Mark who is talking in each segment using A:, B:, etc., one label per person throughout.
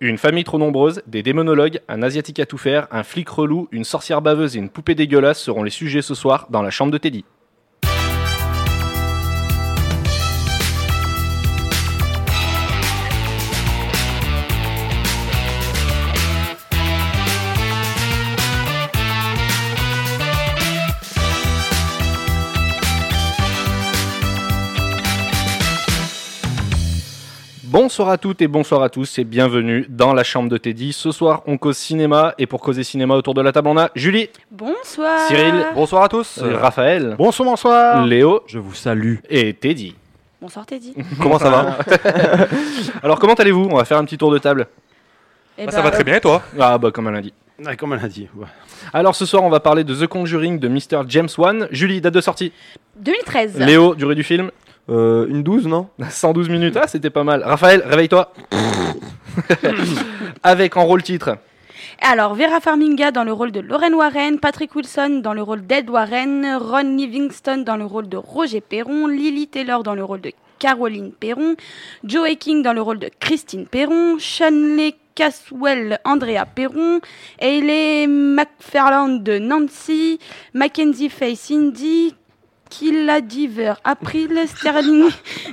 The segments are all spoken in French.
A: Une famille trop nombreuse, des démonologues, un asiatique à tout faire, un flic relou, une sorcière baveuse et une poupée dégueulasse seront les sujets ce soir dans la chambre de Teddy. Bonsoir à toutes et bonsoir à tous et bienvenue dans la chambre de Teddy. Ce soir, on cause cinéma et pour causer cinéma autour de la table, on a Julie,
B: Bonsoir.
A: Cyril,
C: Bonsoir à tous.
A: euh, Raphaël,
C: Bonsoir, bonsoir.
A: Léo
C: Je vous salue.
A: et Teddy.
B: Bonsoir Teddy.
C: Comment ça va
A: Alors, comment allez-vous On va faire un petit tour de table.
B: Eh
C: Ah, Ça
B: ben,
C: va très bien et toi
A: Ah, bah, comme un lundi.
C: Comme elle a dit.
A: Alors, ce soir, on va parler de The Conjuring de Mr. James Wan. Julie, date de sortie.
B: 2013.
A: Léo, durée du film
C: une 12, non
A: 112 minutes. Ah, c'était pas mal. Raphaël, réveille-toi. Avec en rôle titre
B: Alors Vera Farminga dans le rôle de Lorraine Warren, Patrick Wilson dans le rôle d'Ed Warren, Ron Livingston dans le rôle de Roger Perron, Lily Taylor dans le rôle de Caroline Perron, Joey King dans le rôle de Christine Perron, Shanley Caswell, Andrea Perron, Hayley McFarland de Nancy, Mackenzie Faye Cindy, Killa Diver April, Sterling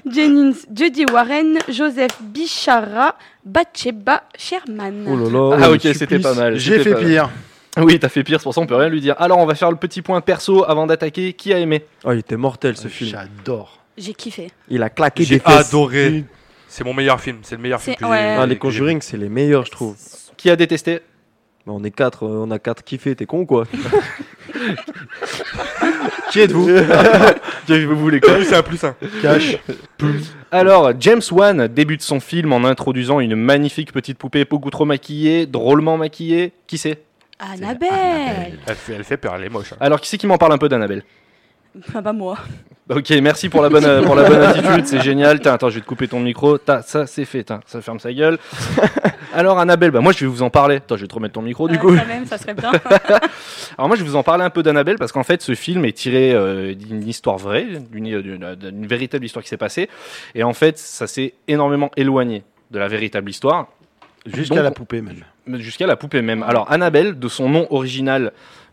B: Jennings, Judy Warren, Joseph Bichara, Batsheba Sherman.
C: là là.
A: Ah,
C: Oh, le
A: ok,
C: supplice.
A: c'était pas mal,
C: J'ai
A: c'était
C: fait
A: pas mal.
C: pire.
A: Oui, t'as fait pire, c'est pour ça on peut rien lui dire. Alors, on va faire le petit point perso avant d'attaquer. Qui a aimé
D: Oh, il était mortel ce film.
C: J'adore.
B: J'ai kiffé.
D: Il a claqué des
E: J'ai
D: fesses.
E: adoré. C'est mon meilleur film. C'est le meilleur
B: C'est-
E: film que
B: ouais.
E: j'ai.
D: Ah,
E: que
D: les
E: j'ai-
D: Conjuring, c'est les meilleurs, je trouve.
A: Qui a détesté
D: Mais on est quatre, euh, on a quatre kiffés, t'es con quoi
C: Qui êtes-vous
A: Vous voulez
E: Ah oui, C'est un plus un.
C: Cash.
A: Alors, James Wan débute son film en introduisant une magnifique petite poupée beaucoup trop maquillée, drôlement maquillée. Qui c'est
B: Annabelle.
E: Elle fait, elle fait peur, elle est moche. hein.
A: Alors, qui c'est qui m'en parle un peu d'Annabelle
B: Ah bah moi.
A: Ok, merci pour la bonne, euh, pour la bonne attitude, c'est génial. Tiens, attends, je vais te couper ton micro. T'as, ça, c'est fait. Tiens, ça ferme sa gueule. Alors, Annabelle, bah, moi, je vais vous en parler. Attends, je vais te remettre ton micro, du
B: Euh,
A: coup.
B: Quand même, ça serait bien.
A: Alors moi, je vais vous en parler un peu d'Annabelle parce qu'en fait, ce film est tiré euh, d'une histoire vraie, d'une euh, d'une- d'une véritable histoire qui s'est passée. Et en fait, ça s'est énormément éloigné de la véritable histoire
C: Jusqu'à
A: Donc-
C: la poupée, même.
A: jusqu'à la poupée même. Alors Annabelle, de son nom original,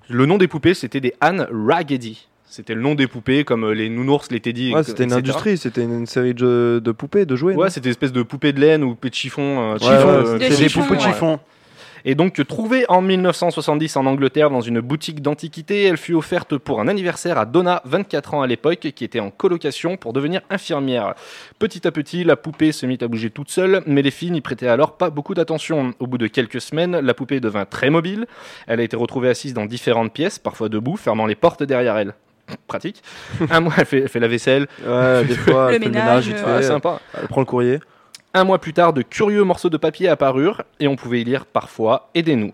A: le nom des poupées, c'était des Anne Raggedy. C'était le nom des poupées comme euh, les nounours, les teddy.
D: Ouais, c'était une
A: etc.
D: industrie, c'était une, une série de, de poupées, de jouets.
A: Ouais,
D: non
A: c'était une espèce de poupée de laine ou poupée de chiffon. euh,
D: Ouais, ouais,
A: euh,
B: c'était
A: qui
B: des
A: faisait
B: chiffons,
A: poupée de
B: ouais.
C: chiffon.
A: Et donc euh, trouvée en 1970 en Angleterre dans une boutique d'antiquités, elle fut offerte pour un anniversaire à Donna, 24 ans à l'époque, qui était en colocation pour devenir infirmière. Petit à petit, la poupée se mit à bouger toute seule, mais les filles n'y prêtaient alors pas beaucoup d'attention. Au bout de quelques semaines, la poupée devint très mobile. Elle a été retrouvée assise dans différentes pièces, parfois debout, fermant les portes derrière elle. Pratique. Un mois, elle fait, elle fait la vaisselle.
D: Ouais, des fois,
B: Le
D: elle fait le
B: ménage,
D: ménage, vite
B: euh,
A: Ah,
D: fait,
A: sympa.
D: elle prend le courrier.
A: Un mois plus tard, de curieux morceaux de papier apparurent et on pouvait y lire parfois Aidez-nous.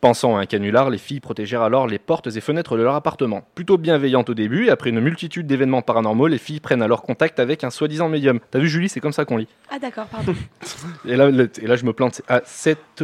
A: Pensant à un canular, les filles protégèrent alors les portes et fenêtres de leur appartement. Plutôt bienveillantes au début, et après une multitude d'événements paranormaux, les filles prennent alors contact avec un soi-disant médium. T'as vu, Julie, c'est comme ça qu'on lit.
B: Ah d'accord, pardon.
A: Et là, le- et là je me plante. c'est- Ah, cette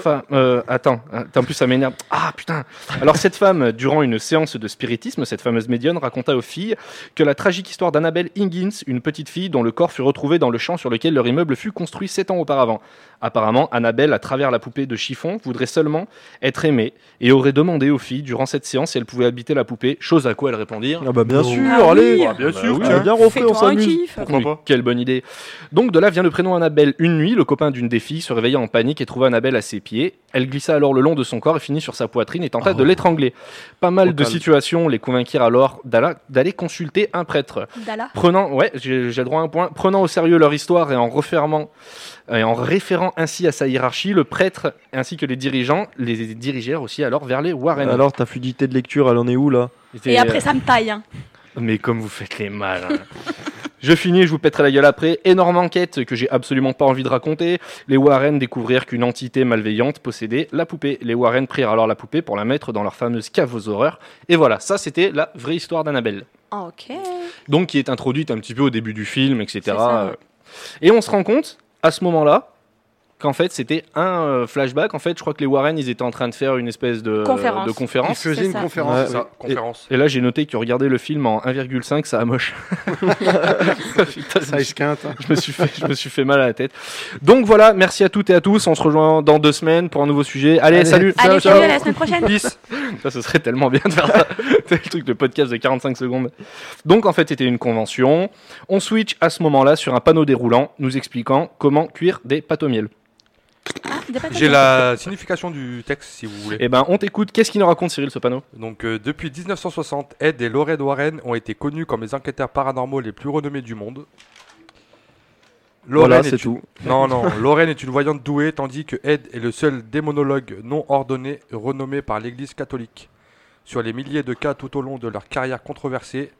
A: femme. euh, attends, attends, en plus, ça m'énerve. Ah putain Alors, cette femme, durant une séance de spiritisme, cette fameuse médium raconta aux filles que la tragique histoire d'Annabelle Higgins, une petite fille dont le corps fut retrouvé dans le champ sur lequel leur immeuble fut construit sept ans auparavant. Apparemment, Annabelle, à travers la poupée de chiffon, voudrait seulement être aimée et aurait demandé aux filles durant cette séance si elles pouvaient habiter la poupée, chose à quoi elles répondirent
D: Ah bah bien sûr,
B: Ah oui.
D: allez
B: Ah,
D: Bien
E: sûr,
A: hein.
E: tiens.
D: Bien refait, on
B: Fais-toi un
D: s'amuse
B: kiff.
E: Pourquoi
A: Mais
E: pas
A: Quelle bonne idée. Donc de là vient le prénom Annabelle. Une nuit, le copain d'une des filles se réveilla en panique et trouva Annabelle à ses pieds. Elle glissa alors le long de son corps et finit sur sa poitrine et tenta de l'étrangler. Pas mal de
D: Total.
A: situations les convainquirent alors d'alla- d'aller consulter un prêtre.
B: Dala.
A: Prenant, ouais, j'ai j'ai le droit à un point. Prenant au sérieux leur histoire et en refermant, et en référant ainsi à sa hiérarchie, le prêtre ainsi que les dirigeants les dirigèrent aussi alors vers les Warren.
D: Alors, ta fluidité de lecture, elle en est où là
A: C'était-
B: Et après ça me taille. hein.
A: mais comme vous faites les malins. Je finis, je vous pèterai la gueule après. Énorme enquête que j'ai absolument pas envie de raconter. Les Warren découvrirent qu'une entité malveillante possédait la poupée. Les Warren prirent alors la poupée pour la mettre dans leur fameuse cave aux horreurs. Et voilà, ça c'était la vraie histoire d'Annabelle.
B: Ah, ok.
A: Donc qui est introduite un petit peu au début du film, Euh, etc.
B: C'est ça, ouais.
A: Et on se rend compte, à ce moment-là, qu'en fait c'était un euh, flashback. En fait, je crois que les Warren ils étaient en train de faire une espèce de
B: Conférence.
A: de
F: Il
A: conférence.
F: faisait
B: c'est
F: une
B: ça.
F: conférence. euh,
E: C'est ça, conférence.
A: Et là, j'ai noté que regarder le film en 1,5, ça amoche. Putain,
F: Ça esquinte. hein.
A: je me suis fait, je me suis fait mal à la tête. Donc voilà, merci à toutes et à tous. On se rejoint dans deux semaines pour un nouveau sujet. Allez,
D: Allez.
A: salut. Ciao,
B: Allez, salut,
A: ciao.
B: à la semaine prochaine.
E: Peace.
A: Ça, ce serait tellement bien de faire ça. C'est le truc de podcast de 45 secondes. Donc, en fait, c'était une convention. On switch à ce moment-là sur un panneau déroulant nous expliquant comment cuire des pâtes au miel.
B: Ah, des patates.
E: J'ai la signification du texte si vous voulez.
A: Eh ben, on t'écoute. Qu'est-ce qu'il nous raconte, Cyril, ce panneau
E: Donc euh, depuis 1960, Ed et Lorraine Warren ont été connus comme les enquêteurs paranormaux les plus renommés du monde.
D: Voilà,
E: Lorraine est
D: c'est
E: une-
D: tout.
E: Non, non, Lorraine est une voyante douée, tandis que Ed est le seul démonologue non ordonné renommé par l'Église catholique. Sur les milliers de cas tout au long de leur carrière controversée,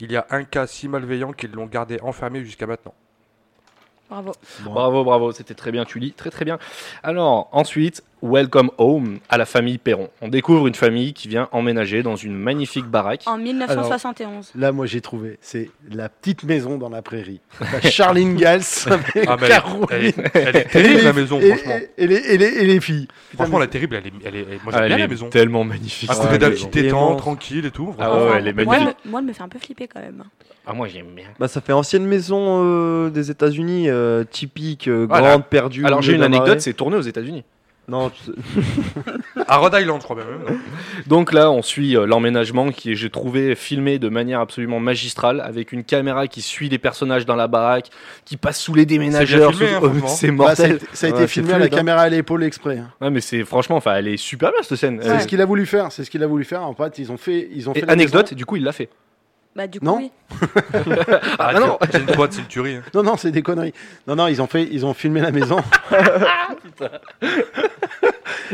E: il y a un cas si malveillant qu'ils l'ont gardé enfermé jusqu'à maintenant.
B: Bravo.
A: Bravo, bravo. C'était très bien. Tu lis très, très bien. Alors, ensuite, welcome home à la famille Perron. On découvre une famille qui vient emménager dans une magnifique baraque.
B: En 1971.
F: Là, moi, j'ai trouvé. C'est la petite maison dans la prairie. La Charline Gals avec
E: Ah, mais elle-
F: Caroline.
E: elle, elle est terrible la maison,
F: et,
E: franchement.
F: et- et les, et les- et les filles. Putain,
E: Franchement,
F: mais-
E: la terrible, elle est, elle est- moi j'aime
A: Ah, Elle
E: bien la
A: est
E: maison. Ah,
A: tellement magnifique.
E: À
A: cette
E: côté d'un
A: maison.
E: petit étang,
D: Immense.
E: tranquille et tout.
A: Ah ouais, elle est
B: moi, elle
A: magnifique.
B: me- moi, elle me fait un peu flipper quand même.
A: Ah, moi, j'aime bien.
D: Bah, ça fait ancienne maison euh, des États-Unis, euh, typique, euh,
A: Voilà.
D: grande, perdue.
A: Alors,
D: au
A: j'ai
D: milieu
A: une
D: d'un
A: anecdote.
D: marais.
A: C'est tourné aux États-Unis.
D: Non, je-
E: À Rhode Island, je crois même. hein.
A: Donc là, on suit euh, l'emménagement qui est, j'ai trouvé, filmé de manière absolument magistrale, avec une caméra qui suit les personnages dans la baraque, qui passe sous les déménageurs.
E: C'est bien filmé,
A: sous-
E: hein, franchement.
A: c'est
F: Bah, ça a
A: mortel.
F: été- ça a été
D: Ouais, c'est
F: filmé à la
D: fluide, hein.
F: caméra à l'épaule exprès. hein.
A: Ouais, mais c'est franchement, enfin, elle est super bien cette scène.
F: C'est
A: Euh,
F: ce qu'il a voulu faire. C'est ce qu'il a voulu faire. En fait, ils ont fait. Ils ont
A: et
F: fait la
A: anecdote, du coup, il l'a fait.
B: Bah, du coup,
F: Non.
B: oui.
E: Ah,
A: non.
E: tiens, Jane Todd, c'est une tuerie. hein.
F: maison. Non, non, c'est des conneries. Non, non, ils ont fait. Ils ont filmé la maison.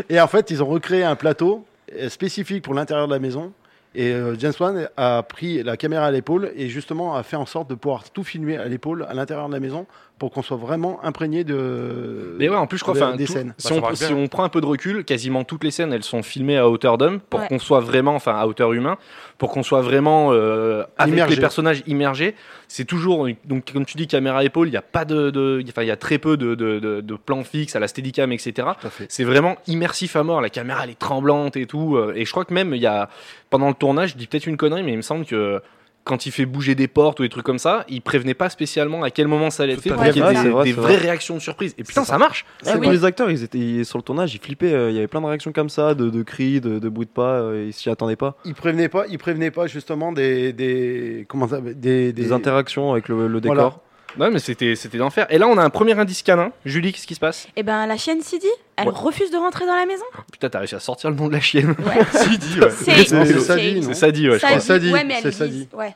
F: et en fait, ils ont recréé un plateau euh, spécifique pour l'intérieur de la maison. Et euh, James Wan a pris la caméra à l'épaule et justement a fait en sorte de pouvoir tout filmer à l'épaule à l'intérieur de la maison pour qu'on soit vraiment imprégné de.
A: Mais ouais, en plus, je crois,
F: de-
A: enfin,
F: euh, des
A: tout-
F: scènes.
A: si,
E: Bah, ça
A: on,
E: marche
A: si
E: bien.
A: on prend un peu de recul, quasiment toutes les scènes, elles sont filmées à hauteur d'homme pour
B: Ouais.
A: qu'on soit vraiment, enfin, à hauteur humain, pour qu'on soit vraiment euh, avec
F: Immergé.
A: les personnages immergés. C'est toujours, donc, comme tu dis, caméra épaule, il n'y a pas de, de- enfin, il y a très peu de, de, de- de plans fixes à la steadicam, etc.
F: Tout à fait.
A: C'est vraiment immersif à mort. La caméra, elle est tremblante et tout. euh, Et je crois que même, il y a, pendant le tournage, je dis peut-être une connerie, mais il me semble que quand il fait bouger des portes ou des trucs comme ça, il prévenait pas spécialement à quel moment ça allait être
E: Tout
A: fait
E: à
A: pour
B: fait.
A: qu'il y ait
D: Ouais,
A: des,
D: c'est vrai,
A: des
D: c'est
A: vraies
D: vrai.
A: réactions de surprise. Et putain,
D: C'est
A: ça marche
D: Ah,
B: C'est
D: tous
B: vrai.
D: les acteurs, ils étaient ils- sur le tournage, ils flippaient. euh, Il y avait plein de réactions comme ça, de, de cris, de, de bruits de pas. euh, ils s'y attendaient pas.
F: Il prévenait pas, il prévenait pas justement des des comment ça, des
D: Des interactions avec le, le
F: Voilà.
D: décor.
A: Non, mais c'était c'était d'enfer. Et là, on a un premier indice canin. Julie, qu'est-ce qui se passe
B: Et ben, la chienne Sidi, elle
A: Ouais.
B: refuse de rentrer dans la maison.
A: Putain, t'as réussi à sortir le nom de la chienne.
E: Si, dit, ouais.
B: C'est
F: c'est- c'est
B: c'est-
F: Sadi, non
A: C'est ça dit, ouais, je
B: Sadi.
A: crois.
F: Sadi,
B: Ouais, mais elle
F: c'est
B: vise-
F: Sadi. Oh,
B: Ouais,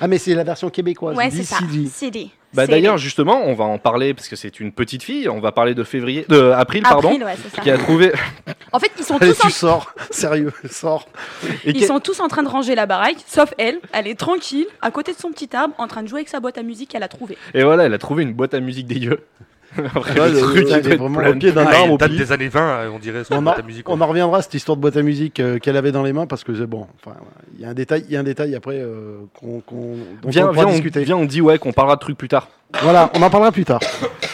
F: Ah mais c'est la version québécoise.
B: ouais c'est ça.
F: DCD.
B: Sidi.
A: Bah
B: Sidi.
A: d'ailleurs, justement, on va en parler parce que c'est une petite fille. On va parler de février, de avril, pardon,
B: April, ouais, c'est ça.
A: qui a trouvé.
B: En fait, ils sont
F: Allez,
B: tous en
F: tu sors, sérieux, sors.
A: et qui-
B: Ils sont tous en train de ranger la baraque, sauf elle. Elle est tranquille, à côté de son petit arbre, en train de jouer avec sa boîte à musique qu'elle a trouvée.
A: Et voilà, elle a trouvé une boîte à musique dégueu. Après,
F: Ouais,
A: le
F: le-
A: truc,
F: le-
A: il
F: elle
A: doit
F: est
A: être
F: vraiment
A: plein
F: au
A: de-
D: pied d'un
E: Ah, il
D: arbre, au
E: date
D: pli.
E: des années 20, euh, on dirait, ça,
F: On, en-
E: ta musique. ouais.
F: on en reviendra à cette histoire de boîte à musique euh, qu'elle avait dans les mains parce que c'est bon. Enfin, voilà. il y a un détail, il y a un détail après euh, qu'on qu'on dont
A: Viens,
F: on pourra
A: viens, on,
F: discuter.
A: viens, on dit ouais qu'on parlera de trucs plus tard.
F: Voilà, on en parlera plus tard.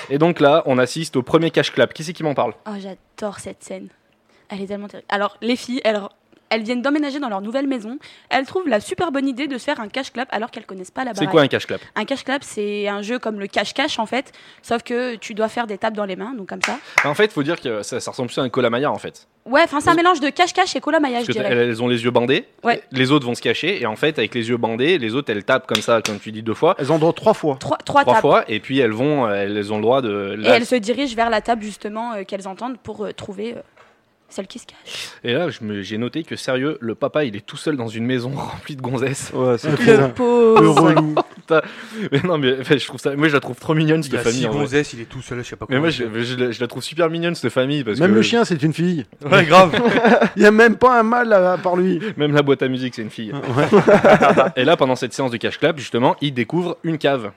A: Et donc là, on assiste au premier cash clap. Qui c'est qui m'en parle
B: Oh, j'adore cette scène. Elle est tellement terrible. Alors, les filles, elles, elles viennent d'emménager dans leur nouvelle maison. Elles trouvent la super bonne idée de se faire un cash-clap alors qu'elles connaissent pas la
A: C'est
B: baraque.
A: quoi un cash clap
B: un cash-clap, c'est un jeu comme le cache-cache, en fait, sauf que tu dois faire des tapes dans les mains, donc comme ça.
A: Bah, En fait, faut dire que ça, ça ressemble plus à un colamaya en fait.
B: Ouais, enfin, c'est un mélange de cache-cache et cola maya,
A: Parce que
B: je dirais.
A: elles, elles ont les yeux bandés,
B: Ouais.
A: les autres vont se cacher, et en fait, avec les yeux bandés, les autres elles tapent comme ça, comme tu dis deux fois,
F: Elles en ont trois fois.
B: Trois, trois
A: trois
B: tapes.
A: fois, et puis elles vont, euh, elles ont le droit de.
B: Et
A: là-
B: elles se dirigent vers la table, justement, euh, qu'elles entendent pour euh, trouver euh, celle qui se cache.
A: et là, je me- j'ai noté que sérieux, le papa il est tout seul dans une maison remplie de gonzesses.
D: Ouais, c'est
B: Le pauvre.
F: relou.
A: Mais non, mais enfin, je trouve ça, moi je la trouve trop mignonne
E: Il y
A: cette
E: a
A: famille.
E: six
A: en vrai.
E: gonzesses, il est tout seul, je sais pas
A: Mais
E: comment
A: moi
E: il
A: je,
E: fait.
A: je la- je la trouve super mignonne cette famille parce
F: Même
A: que
F: le chien, c'est une fille.
E: Ouais, grave.
F: Il y a même pas un mâle à, à part lui.
A: même la boîte à musique c'est une fille. et là, pendant cette séance de cash clap, justement, il découvre une cave.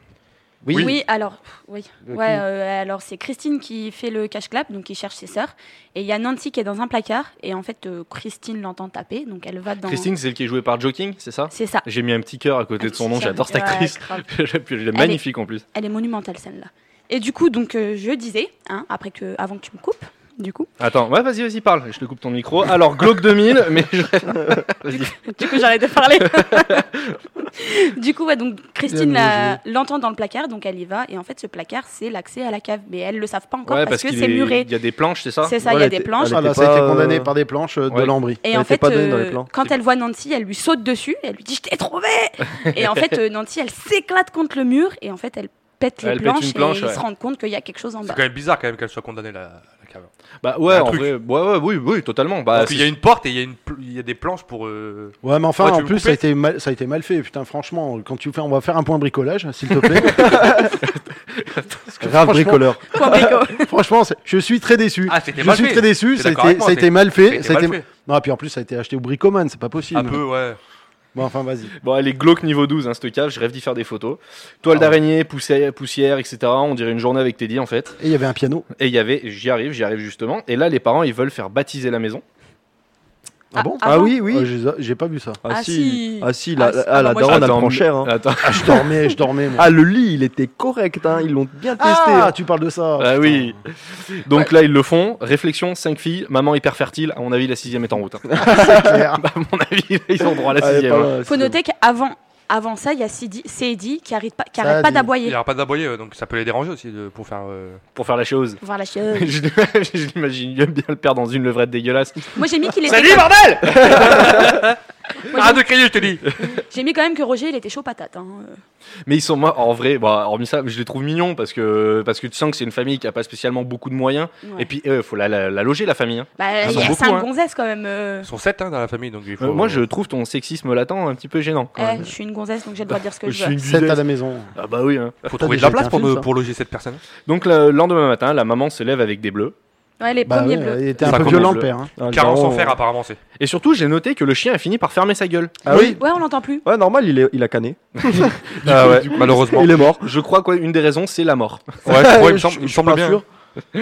B: Oui, alors, pff, oui. Ouais, euh, alors c'est Christine qui fait le cache-clap, donc qui cherche ses sœurs. Et il y a Nancy qui est dans un placard. Et en fait, euh, Christine l'entend taper, donc elle va dans.
A: Christine, c'est celle qui est jouée par Joking, c'est ça
B: C'est ça.
A: J'ai mis un petit cœur à côté de son nom, j'adore cette
B: Ouais, Ah,
A: actrice.
B: grave.
A: Elle est magnifique en plus.
B: Elle est monumentale, celle-là. Et du coup, donc, euh, je disais, hein, après que, avant que tu me coupes, du coup,
A: Attends, ouais, vas-y, vas-y, parle. Je te coupe ton micro. Alors, Glock 2000, mais je... Vas-y.
B: du coup, j'arrête de parler. du coup, ouais, donc, Christine la- l'entend dans le placard, donc elle y va. Et en fait, ce placard, c'est l'accès à la cave. Mais elles le savent pas encore
A: Ouais,
B: parce, que
A: qu'il
B: c'est
A: est-
B: muré.
A: Il y a des planches, c'est ça
B: C'est ça, il
D: Voilà,
B: y a
D: elle
B: des
D: était-
B: planches.
D: elle
F: Voilà,
D: était
F: ça a
D: pas,
F: été
D: euh,
F: condamné par des planches euh, de
A: ouais.
F: l'Ambrie.
B: Et
D: Elle
B: en
D: était
B: fait,
D: pas donnée dans
B: euh,
D: les plans.
B: quand elle voit Nancy, elle lui saute dessus, elle lui dit Je t'ai trouvé Et en fait, euh, Nancy, elle s'éclate contre le mur et en fait, elle pète les
A: Elle pète une
B: planches
A: planche,
B: et
A: ouais.
B: ils se rendent compte qu'il y a quelque chose en
E: C'est
B: bas.
E: quand même bizarre quand même qu'elle soit condamnée la, la cave.
A: Bah ouais,
E: Un
A: en
E: truc.
A: vrai, ouais, ouais, oui, oui, totalement. Bah,
E: Parce qu'il y a une porte et il y a, une pl- il y a des planches pour. euh,
F: Ouais, mais enfin,
E: Ouais, tu
F: en
E: veux
F: plus,
E: couper
F: ça a, été mal, ça a été mal fait. Putain, franchement, euh, quand tu fais, on va faire un point bricolage, s'il te plaît.
D: Grave
F: franchement-
D: bricoleur.
B: Point brico.
F: franchement, c'est- je suis très déçu.
E: Ah, c'était
F: je
E: mal
F: suis
E: fait.
F: très déçu.
E: T'es
F: Ça a
E: d'accord
F: été,
E: avec moi,
F: ça a été mal fait.
E: c'était
F: ça a
E: mal
F: été-
E: fait.
F: Non, et puis en plus, ça a été acheté au bricoman, c'est pas possible.
E: Un peu, ouais.
F: Bon, enfin, vas-y.
A: Bon, elle est glauque niveau 12, hein, cette cave. Je rêve d'y faire des photos.
E: Ah.
A: Toile d'araignée, poussière, poussière, etc. On dirait une journée avec Teddy, en fait.
F: Et il y avait un piano.
A: Et il y avait, j'y arrive, j'y arrive justement. Et là, les parents, ils veulent faire baptiser la maison.
F: Ah bon
B: Ah,
D: oui,
F: Ah, j'ai- J'ai pas vu ça.
B: Ah, si.
D: Ah si, la,
B: Ah, si.
D: ah, la
B: Ah, bah, moi,
D: daronne, elle
A: Attends,
D: prend cher. hein.
A: Attends.
F: Ah, je dormais, je dormais. moi.
D: Ah, le lit, il était correct. hein, Ils l'ont bien testé.
F: Ah,
D: hein.
F: tu parles de ça.
A: Ah
E: Bah
F: putain.
A: oui. Donc là, ils le font. Réflexion, 5 filles, maman hyper fertile. À mon avis, la sixième est en route. hein.
F: Claire.
E: Bah,
A: à mon avis, ils ont droit à la
D: Ah, elle est
A: sixième.
D: pas
A: hein.
D: là,
B: Faut
D: c'est-
B: noter qu'avant avant ça, il y a Sidi, Cédi qui arrête pas, qui
F: Ça
B: arrête pas
F: dit.
E: Il n'y
B: d'aboyer.
E: aura pas d'aboyer, euh, donc ça peut les déranger aussi de- pour faire. euh,
A: Pour faire la chose.
B: Faut voir la chienne.
A: je je l'imagine bien le père dans une levrette dégueulasse.
B: Moi, j'ai mis qu'il était.
A: Salut, bordel
B: moi,
E: Arrête de crier, je te dis
B: j'ai- J'ai mis quand même que Roger, il était chaud patate. hein.
A: Mais ils sont moi en vrai, bah, hormis ça, je les trouve mignons parce que parce que tu sens que c'est une famille qui a pas spécialement beaucoup de moyens.
B: Ouais.
A: Et puis euh, faut la, la- la loger la famille. hein.
B: Bah,
A: ils
B: il
A: sont
B: y a
A: beaucoup,
B: cinq
A: hein.
B: gonzesses quand même. euh.
E: Ils sont sept hein, dans la famille, donc il faut.
A: Euh, moi je trouve ton sexisme latent un petit peu gênant. quand
B: Eh,
A: même.
B: je suis une gonzesse, donc j'ai le droit de dire ce que
A: Je
B: je
A: suis
B: veux.
A: une
F: Sept à
A: guidasse.
F: la maison.
A: Ah bah oui. hein.
E: faut
D: T'as
E: trouver de
D: déjà
E: la
D: été
E: place
D: un
E: pour,
D: film,
E: me-
D: ça
E: pour loger cette personne.
A: Donc le lendemain matin, la maman se lève avec des bleus.
B: Ouais, les
F: Bah,
B: premiers
F: ouais,
B: bleus.
F: il était un
A: Ça
F: peu
A: commence
F: violent,
A: le-
F: le père. hein.
D: Ah, le
E: Carence en
D: daron,
E: fer,
D: euh,
E: apparemment, c'est.
A: Et surtout, j'ai noté que le chien a fini par fermer sa gueule.
D: Ah oui
B: Ouais, on l'entend plus.
D: Ouais, normal, il, est, il a cané.
A: Ah ouais.
E: Malheureusement.
D: Il est mort.
A: Je crois quoi, une des raisons, c'est la mort.
E: Ouais, je crois, il me semble,
D: Je-
E: il
D: je
E: me
D: suis
E: semble
D: pas
E: bien.
D: sûr.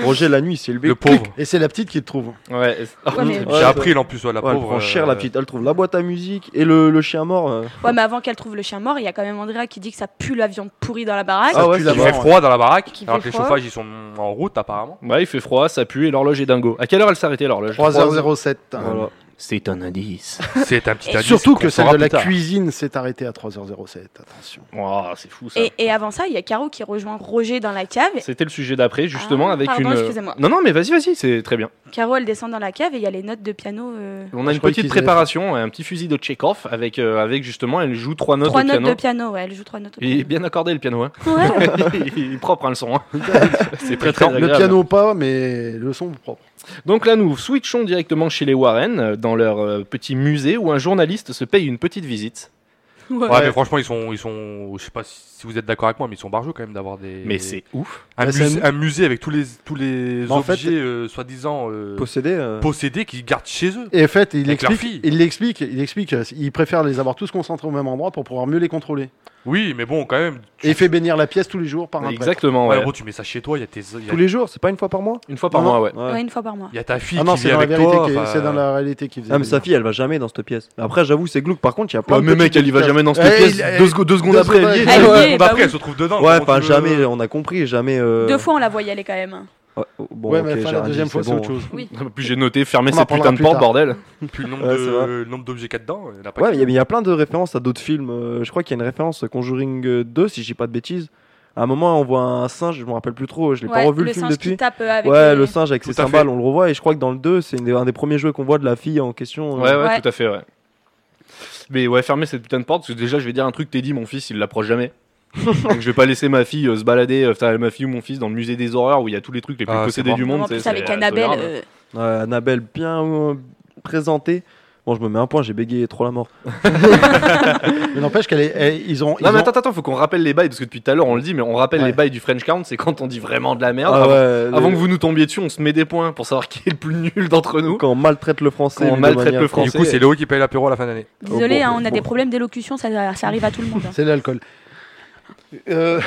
D: Roger, la nuit, il s'est levé.
E: Le pauvre.
F: Et c'est la petite qui le trouve.
A: Ouais.
B: Ouais, mais,
D: Ouais,
E: J'ai
D: ça-
E: appris, là, en plus, ouais, la
D: Ouais, elle
E: pauvre.
D: prend cher,
E: euh,
D: la petite. Elle trouve la boîte à musique et le, le chien mort. euh.
B: ouais, mais avant qu'elle trouve le chien mort, il y a quand même Andrea qui dit que ça pue la viande pourrie dans la baraque.
D: Ah ouais,
F: pue
D: c'est
E: Il fait
F: d'abord.
E: froid dans la baraque,
B: Qui
E: alors
B: fait
E: que les
B: froid.
E: chauffages ils sont en route apparemment.
A: Ouais, il fait froid, ça pue et l'horloge est dingo. À quelle heure elle s'arrêtait l'horloge
F: 3h07.
D: Voilà.
A: C'est un indice.
E: C'est un petit
B: Et
E: indice
F: Surtout
E: qu'on
F: que celle
E: saura
F: de la
E: plus tard.
F: cuisine s'est arrêtée à 3h07. Attention.
A: Ouah, c'est fou ça.
B: Et, et avant ça, il y a Caro qui rejoint Roger dans la cave.
A: C'était le sujet d'après, justement,
B: Ah,
A: avec
B: pardon,
A: une. euh,
B: excusez-moi.
A: Non, non, mais vas-y, vas-y, c'est très bien.
B: Caro, elle descend dans la cave et il y a les notes de piano. euh,
A: On a
F: Je
A: une
F: croyais
A: petite
F: qu'ils allaient
A: préparation, un petit fusil de Tchekhov avec, euh, avec justement, elle joue trois notes
B: Trois
A: de
B: notes
A: piano.
B: de piano, ouais, elle joue trois notes. au
A: Il est
B: piano.
A: bien accordé le piano, hein.
B: Ouais.
A: il est propre hein, le son. hein. C'est très très
F: Le
A: agréable.
F: piano pas, mais le son propre.
A: Donc là, nous switchons directement chez les Warren, euh, dans leur euh, petit musée où un journaliste se paye une petite visite.
B: Ouais.
E: Ouais, mais franchement, ils sont, ils sont, je sais pas si vous êtes d'accord avec moi, mais ils sont barjots quand même d'avoir des.
A: Mais c'est ouf.
E: un,
F: Mais c'est
E: musée- un musée avec tous les, tous les
D: Mais en fait,
E: objets euh, soi-disant euh,
D: Possédé. euh,
E: possédés qu'ils gardent chez eux.
F: Et en fait, il
E: Avec leur
F: explique,
E: fille.
F: il explique, il explique, euh, il préfère les avoir tous concentrés au même endroit pour pouvoir mieux les contrôler.
E: Oui, mais bon, quand même. tu-
F: Et il fait bénir la pièce tous les jours par un prêtre.
A: Exactement,
E: Ouais,
A: ouais.
E: gros, tu mets ça chez toi, il y a tes, il y a-
D: Tous les jours, c'est pas une fois par mois
A: Une fois par
F: Non,
A: mois,
F: non.
A: ouais.
B: Ouais, une fois par mois.
E: il y a ta fille
F: Ah non,
E: qui
F: c'est
E: vit
F: dans, la
E: avec
F: vérité
E: toi.
F: qui-
E: enfin,
F: c'est dans la réalité qu'il faisait.
D: Ah, mais sa fille, elle va jamais dans cette pièce. Après, j'avoue, c'est glauque. Par contre, il y a plein
A: Ouais,
D: de.
A: Ah, mais mec, elle y va
D: petites
A: jamais dans cette
F: Eh,
A: pièce.
F: il- eh,
A: deux, secondes- deux secondes
F: deux
A: après,
F: secondes
A: elle y est.
B: après.
E: Ouais,
B: Elle y
E: le
B: est,
E: monde
B: bah
E: d'après,
B: oui.
E: elle se trouve dedans.
D: Ouais,
E: comment
D: enfin,
E: tu veux-
D: jamais, on a compris, jamais. euh,
B: Deux fois, on la voit y aller quand même. hein.
D: ouais, oh, Bon,
F: ouais,
D: ok,
F: mais enfin,
D: j'ai
F: la
D: un
F: deuxième
D: indice,
F: fois, c'est
D: bon.
F: autre chose.
B: Oui.
A: En plus, j'ai noté fermer
F: On en
A: cette
F: parlera
A: putain de
F: plus
A: porte,
F: tard.
A: bordel.
E: Puis le nombre
D: Ouais, c'est
E: de-
D: vrai.
E: le nombre d'objets qu'il y a dedans. il y en a pas
D: Ouais,
E: que-
D: mais il y a- mais il y a plein de références à d'autres films. Euh, je crois qu'il y a une référence euh, Conjuring euh, 2, si je dis pas de bêtises. À un moment, on voit un singe, je me rappelle plus trop, je l'ai pas
B: Ouais,
D: revu le,
B: le
D: film
B: singe
D: depuis.
B: qui tape euh, avec.
D: Ouais,
B: les-
D: le singe avec
E: Tout
D: ses
E: à fait.
D: cymbales, on le revoit. Et je crois que dans le 2, c'est une des- un des premiers jeux qu'on voit de la fille en question. euh.
A: Ouais, ouais,
B: Ouais.
A: tout à fait, ouais. Mais ouais, fermer cette putain de porte, parce que déjà, je vais dire un truc, Teddy, mon fils, il l'approche jamais. Donc je vais pas laisser ma fille euh, se balader, euh, putain, ma fille ou mon fils dans le musée des horreurs où il y a tous les trucs les plus
E: Ah, c'est
A: possédés
E: mort.
A: du monde.
B: En
A: tu sais,
B: plus,
A: c'est
B: avec
A: intolérable.
B: Annabelle. euh,
D: Ouais, Annabelle bien euh, présentée. Bon, je me mets un point, j'ai bégayé trop la mort.
F: Mais n'empêche qu'elle est, elle- ils ont, ils
A: Non mais
F: ont-
A: attends, attends, faut qu'on rappelle les bails, parce que depuis tout à l'heure on le dit, mais on rappelle
D: Ouais.
A: les bails du French Count, c'est quand on dit vraiment de la merde.
D: Ah
A: avant,
D: ouais,
A: avant
D: le-
A: que vous nous tombiez dessus, on se met des points pour savoir qui est le plus nul d'entre nous.
D: Quand on maltraite le français.
A: Quand on
D: lui, de
A: maltraite
D: manière
A: le
E: Et
A: français.
E: du coup, c'est Léo qui paye l'apéro à la fin d'année.
B: Désolé,
D: Oh, bon,
B: hein, on a
D: bon.
B: des problèmes d'élocution, ça, ça arrive à tout le monde. hein.
F: c'est l'alcool. Euh,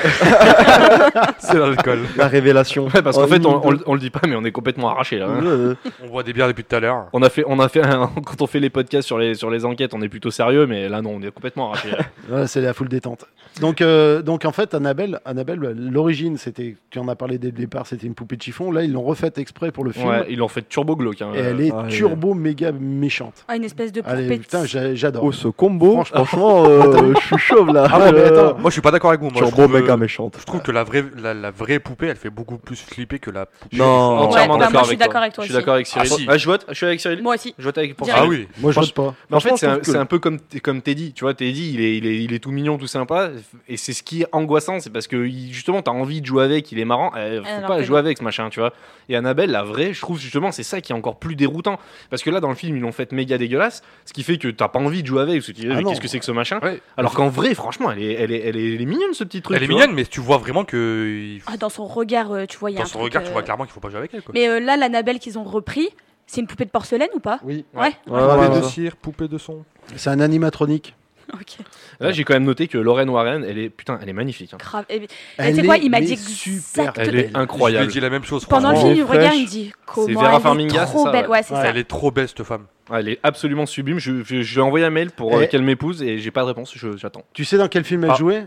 E: C'est l'alcool.
D: La révélation.
A: Ouais, parce
D: En
A: qu'en fait,
D: une
A: on, on
D: minute.
A: le- on le dit pas, mais on est complètement arraché là. hein.
D: Euh,
E: On boit des bières depuis tout à l'heure.
A: On a fait, on a fait un- quand on fait les podcasts sur les, sur les enquêtes, on est plutôt sérieux, mais là non, on est complètement arraché. là.
F: Voilà, c'est la foule détente. Donc, euh, donc en fait, Annabelle, Annabelle l'origine, c'était, tu en as parlé dès le départ, c'était une poupée de chiffon. Là, ils l'ont refaite exprès pour le film.
A: ouais, ils l'ont fait turbo glauque. hein.
F: Et elle est
D: Ah, elle est-
F: turbo méga méchante.
B: Ah, une espèce de
F: Allez,
B: poupée.
F: putain, j'a- j'adore.
D: Oh, ce combo,
F: Franchement.
D: franchement, euh, je suis chauve là.
F: Ah ouais, mais
D: Euh,
F: attends.
E: Moi, je suis pas d'accord avec vous. Moi, je
D: Turbo
E: trouve,
D: méga
E: euh,
D: méchante.
E: je trouve que la vraie, la, la vraie poupée, elle fait beaucoup plus flipper que la poupée.
D: Non.
B: Ouais, bah, moi, je suis
A: toi.
B: d'accord avec toi
A: Je suis
B: aussi.
A: d'accord avec Cyril.
E: Ah, si.
A: Ah, je vote, je suis avec Cyril.
B: Moi aussi.
A: Je vote avec pour
B: Direct.
E: Ah
A: Cyril.
E: oui.
F: Moi, je vote pas.
A: Mais en fait,
D: Franchement,
A: c'est
D: je
A: un,
D: trouve
A: c'est
D: que-
A: un peu comme, comme Teddy. Tu vois, Teddy, il est, il, est, il est tout mignon, tout sympa. Et c'est ce qui est angoissant. C'est parce que il- justement, t'as envie de jouer avec, il est marrant. Eh, faut
B: Alors
A: pas
B: que
A: jouer avec ce machin, tu vois. Et Annabelle, la vraie, je trouve justement, c'est ça qui est encore plus déroutant. Parce que là, dans le film, ils l'ont fait méga dégueulasse. Ce qui fait que t'as pas envie de jouer avec. Parce que tu dis,
F: Ah
A: mais
F: non.
A: qu'est-ce que c'est que ce machin
E: Ouais.
A: Alors qu'en vrai, franchement, elle est, elle, est, elle, est, elle est mignonne, ce petit truc.
E: Elle est
A: tu vois.
E: mignonne, mais tu vois vraiment que. il faut-
B: Ah, dans son regard, euh, tu vois, il y a
E: Dans
B: un
E: son
B: truc,
E: regard, tu
B: euh,
E: vois clairement qu'il faut pas jouer avec elle. Quoi.
B: Mais euh, là, l'Annabelle qu'ils ont repris, c'est une poupée de porcelaine ou pas
F: Oui.
B: Ouais.
D: Ouais, ouais,
E: poupée
D: Ah, ouais.
E: de cire, poupée de son.
F: C'est un animatronique.
B: Ok.
A: Là, j'ai quand même noté que Lorraine Warren, elle est, putain, elle est magnifique. hein.
B: Grave. Eh bien,
F: Elle
B: tu sais quoi,
F: est,
B: il m'a
F: mais
B: dit
F: super
B: exactement-
A: Elle
F: belle.
A: est
E: Je lui
A: incroyable.
E: ai dit la même chose.
B: Pendant le
E: franchement.
B: film, il me regarde,
D: fraîche.
B: il me dit comment
A: Vera
B: elle
A: Farmiga,
B: est
A: c'est
B: trop
A: ça,
B: belle.
A: ouais.
B: Ouais, c'est ça.
E: Elle est trop belle cette femme.
A: Elle est absolument sublime. Je, je, je lui ai envoyé un mail pour euh,
F: Et-
A: qu'elle m'épouse et j'ai pas de réponse. Je- J'attends.
F: Tu sais dans quel film elle
A: Ah.
F: jouait